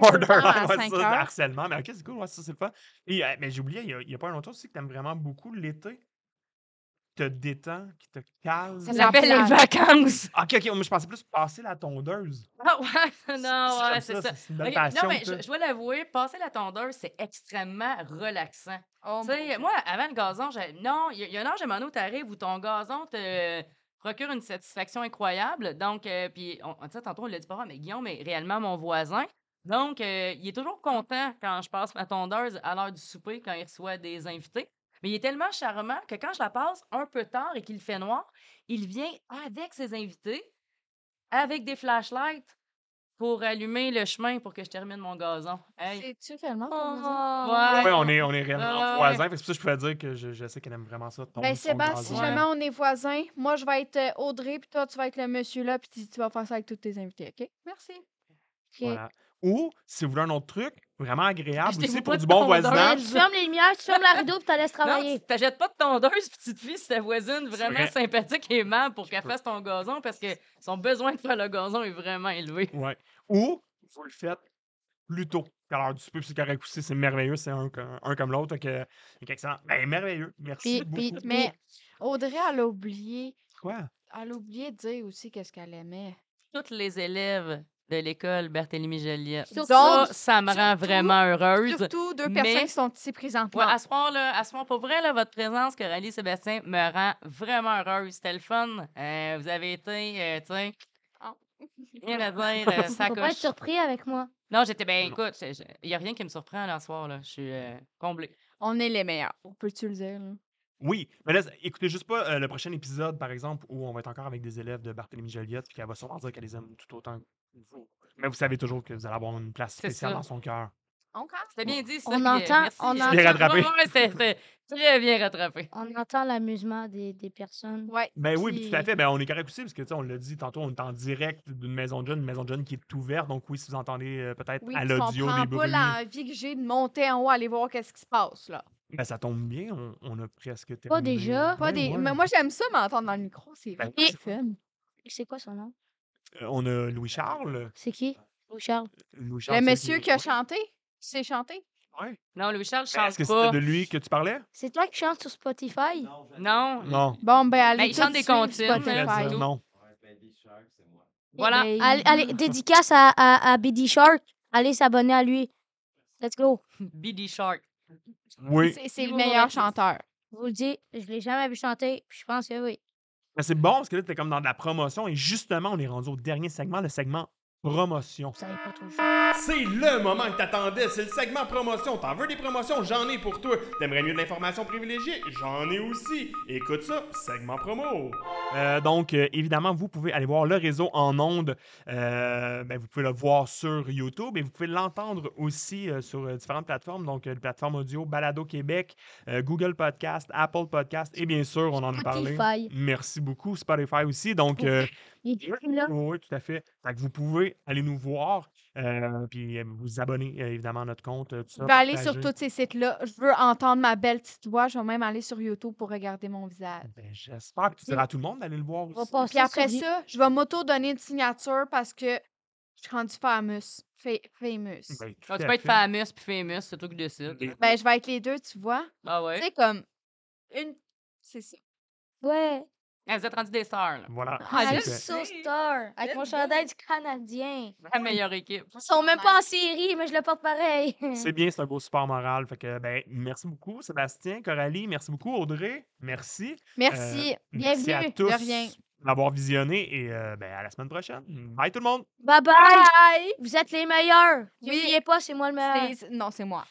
Speaker 1: Borderline,
Speaker 2: à
Speaker 1: ouais, ça,
Speaker 2: cinq
Speaker 1: c'est
Speaker 2: heures.
Speaker 1: harcèlement. Mais ok, c'est cool, ouais, ça, c'est le fun. Et, euh, mais j'oubliais, il n'y a, pas un autre aussi que t'aimes vraiment beaucoup l'été. Qui te détend, qui te calme.
Speaker 2: Ça
Speaker 3: Ça
Speaker 2: La
Speaker 3: s'appelle les
Speaker 2: plage.
Speaker 3: vacances.
Speaker 1: Ok, ok, moi, je pensais plus passer la tondeuse.
Speaker 3: Ah ouais, non, ouais, c'est ça.
Speaker 1: C'est une belle
Speaker 3: Ok,
Speaker 1: passion.
Speaker 3: non, mais
Speaker 1: ça.
Speaker 3: je, je dois l'avouer, passer la tondeuse, c'est extrêmement relaxant.
Speaker 2: oh,
Speaker 3: Tu sais, moi, avant le gazon, j'ai- non, il y, a- il y a un âge à mon où t'arrives où ton gazon te procure une satisfaction incroyable. Donc, euh, puis, on, on- tu sais, tantôt, on l'a dit pas, mais Guillaume est réellement mon voisin. Donc, euh, il est toujours content quand je passe ma tondeuse à l'heure du souper, quand il reçoit des invités. Mais il est tellement charmant que quand je la passe un peu tard et qu'il fait noir, il vient avec ses invités, avec des flashlights, pour allumer le chemin pour que je termine mon gazon. Hey. Oh!
Speaker 2: C'est-tu réellement ton voisin?
Speaker 3: Ouais.
Speaker 1: Ouais, on est, on est réellement
Speaker 3: Ah, ouais.
Speaker 1: voisins. fait que C'est pour ça que je pouvais dire que je, je sais qu'elle aime vraiment ça. Ton,
Speaker 2: Ben, Sébastien, si
Speaker 1: Sébastien,
Speaker 2: jamais on est voisins, moi, je vais être euh, Audrey, puis toi, tu vas être le monsieur là, puis tu, tu vas faire ça avec tous tes invités, OK? Merci.
Speaker 1: Voilà. Ou, si vous voulez un autre truc, vraiment agréable
Speaker 3: Achetez-vous
Speaker 1: aussi
Speaker 3: pas
Speaker 1: pour
Speaker 3: de
Speaker 1: du bon
Speaker 3: tondeuse.
Speaker 1: voisinage.
Speaker 4: Tu fermes les lumières, tu fermes la rideau puis t'en laisses
Speaker 3: Non,
Speaker 4: travailler.
Speaker 3: tu t'achètes pas de tondeuse, petite fille, c'est ta voisine
Speaker 1: C'est
Speaker 3: vraiment
Speaker 1: vrai.
Speaker 3: sympathique et aimable pour qu'elle
Speaker 1: peux.
Speaker 3: fasse ton gazon parce que son besoin de faire le gazon est vraiment élevé.
Speaker 1: Ouais. Ou, vous le faites plus tôt qu'à l'heure du souper, puis c'est correct aussi, c'est merveilleux, c'est un, co- un comme l'autre. donc, euh, donc excellent. Ben, merveilleux. Merci
Speaker 2: Puis,
Speaker 1: beaucoup.
Speaker 2: puis- mais Audrey, elle a oublié,
Speaker 1: Quoi?
Speaker 2: elle a oublié de dire aussi qu'est-ce qu'elle aimait.
Speaker 3: Toutes les élèves de l'école Barthélemy Joliette.
Speaker 2: Surtout-
Speaker 3: Ça, ça me rend
Speaker 2: surtout-
Speaker 3: vraiment heureuse.
Speaker 2: Surtout deux
Speaker 3: mais-
Speaker 2: personnes qui sont ici
Speaker 3: Ouais,
Speaker 2: présentement.
Speaker 3: à ce soir, là, à ce soir, pour vrai, là, votre présence, Coralie Sébastien, me rend vraiment heureuse. C'était le fun. Euh, vous avez été, euh, tu sais, rien à dire, euh,
Speaker 4: Faut pas être
Speaker 3: sacoche.
Speaker 4: surpris avec moi.
Speaker 3: Non, j'étais, ben
Speaker 1: Non.
Speaker 3: écoute, il n'y a rien qui me surprend là, ce soir, là. Je suis euh, comblée.
Speaker 2: On est les meilleurs. Peux-tu le dire? là?
Speaker 1: Oui, mais là, écoutez juste pas euh, le prochain épisode, par exemple, où on va être encore avec des élèves de Barthélemy Joliette, puis qu'elle va sûrement dire qu'elle les aime tout autant que vous. Mais vous savez toujours que vous allez avoir une place
Speaker 3: C'est
Speaker 1: spéciale
Speaker 3: ça.
Speaker 1: dans son cœur.
Speaker 3: C'était bien dit, ça.
Speaker 4: On
Speaker 3: puis, euh,
Speaker 4: entend-
Speaker 3: merci.
Speaker 4: on
Speaker 3: Bien
Speaker 1: entend- rattrapé.
Speaker 3: Ouais, ouais, c'était très bien rattrapé.
Speaker 4: On entend l'amusement des, des personnes.
Speaker 2: Ouais.
Speaker 1: Ben oui, puis tout à
Speaker 2: Puis-
Speaker 1: fait. Ben on est correct aussi, parce que tu sais, on l'a dit tantôt, on est en direct d'une maison de jeunes, une maison de jeunes qui est ouverte. Donc oui, si vous entendez euh, peut-être
Speaker 2: Oui,
Speaker 1: à
Speaker 2: tu
Speaker 1: l'audio
Speaker 2: comprends
Speaker 1: des
Speaker 2: pas
Speaker 1: bruits,
Speaker 2: l'envie que j'ai de monter en haut, aller voir qu'est-ce qui se passe, là.
Speaker 1: ben, ça tombe bien, on, on a presque terminé.
Speaker 4: déjà.
Speaker 2: Pas
Speaker 1: Ben
Speaker 2: des...
Speaker 1: ouais.
Speaker 2: Mais moi, j'aime ça m'entendre dans le micro, c'est
Speaker 1: Ben,
Speaker 2: vrai.
Speaker 1: oui.
Speaker 2: c'est fun.
Speaker 4: C'est quoi son nom?
Speaker 1: Euh, on a Louis Charles.
Speaker 4: C'est qui? Louis Charles.
Speaker 1: Louis Charles
Speaker 2: Le
Speaker 1: c'est-
Speaker 2: monsieur qui a
Speaker 1: Ouais.
Speaker 2: chanté, qui s'est chanté.
Speaker 1: Ouais.
Speaker 3: Non, Louis-Charles
Speaker 1: Ben,
Speaker 3: chante
Speaker 1: Est-ce que
Speaker 3: pas.
Speaker 1: c'était de lui que tu parlais?
Speaker 4: C'est toi qui chante sur Spotify?
Speaker 3: Non.
Speaker 1: Non.
Speaker 2: Bon, ben, allez.
Speaker 3: Ben, il
Speaker 2: tout
Speaker 3: chante
Speaker 2: de
Speaker 3: des
Speaker 2: suite sur
Speaker 3: comptines,
Speaker 1: Je voulais
Speaker 2: Spotify.
Speaker 1: dire non.
Speaker 4: Eh
Speaker 3: Voilà.
Speaker 4: ben, Allez, allez, dédicace à, à, à BD Shark. Allez s'abonner à lui. Let's go.
Speaker 3: BD Shark.
Speaker 1: Oui.
Speaker 2: C'est- C'est
Speaker 4: Vous
Speaker 2: le
Speaker 4: m'aurez
Speaker 2: meilleur
Speaker 4: dit.
Speaker 2: chanteur.
Speaker 4: Je vous le dis, je l'ai jamais vu chanter. puis Je pense que oui.
Speaker 1: Mais Ben, c'est bon parce que là, t'es comme dans de la promotion et justement, on est rendu au dernier segment, le segment promotion.
Speaker 4: Vous savez pas trop jouer.
Speaker 8: C'est le moment que t'attendais, c'est le segment promotion. T'en veux des promotions? J'en ai pour toi. T'aimerais mieux de l'information privilégiée? J'en ai aussi. Écoute ça, segment promo.
Speaker 1: Euh, donc, euh, évidemment, vous pouvez aller voir le réseau en ondes. Euh, ben, vous pouvez le voir sur YouTube et vous pouvez l'entendre aussi euh, sur euh, différentes plateformes. Donc, euh, les plateformes audio, Balado Québec, euh, Google Podcast, Apple Podcast et bien sûr, on en a parlé.
Speaker 4: Spotify.
Speaker 1: Merci beaucoup, Spotify aussi. Donc, euh,
Speaker 4: Il est là.
Speaker 1: oui, tout à fait. Fait que vous pouvez aller nous voir, euh, puis euh, vous abonner euh, évidemment à notre compte. euh, tout
Speaker 2: Je
Speaker 1: ça,
Speaker 2: vais aller
Speaker 1: partager.
Speaker 2: sur tous ces sites-là. Je veux entendre ma belle petite voix. Je vais même aller sur YouTube pour regarder mon visage.
Speaker 1: Ben, J'espère que tu diras à tout le monde d'aller le voir
Speaker 4: On va
Speaker 1: aussi.
Speaker 4: passer
Speaker 2: Puis après
Speaker 4: sur-
Speaker 2: ça, je vais m'auto-donner une signature parce que je suis rendue famous. Fa- famous.
Speaker 1: Ben, tout
Speaker 3: Ah, tu
Speaker 1: à
Speaker 3: peux être
Speaker 1: fait.
Speaker 3: famous puis famous, c'est toi qui décide.
Speaker 2: Ben, je vais être les deux, tu vois.
Speaker 3: Ah ouais.
Speaker 2: Tu sais, comme une. C'est ça.
Speaker 4: Ouais.
Speaker 3: Ah, vous êtes rendu des stars, là.
Speaker 1: Voilà.
Speaker 2: Ah,
Speaker 4: I'm
Speaker 1: c'est fait.
Speaker 4: so star. Avec mon chandail du Canadien.
Speaker 3: La meilleure équipe.
Speaker 4: Ils sont même pas en série, mais je le porte pareil.
Speaker 1: C'est bien, c'est un beau support moral. Fait que, ben, merci beaucoup, Sébastien, Coralie, merci beaucoup, Audrey, merci.
Speaker 2: Merci.
Speaker 1: Merci à
Speaker 2: Bienvenue.
Speaker 1: tous
Speaker 2: De rien.
Speaker 1: d'avoir visionné et euh, ben, à la semaine prochaine. Bye tout le monde!
Speaker 4: Bye bye.
Speaker 2: Bye!
Speaker 4: Vous êtes les meilleurs.
Speaker 2: Oui.
Speaker 4: N'oubliez pas, c'est moi le meilleur.
Speaker 2: C'est- Non, c'est moi.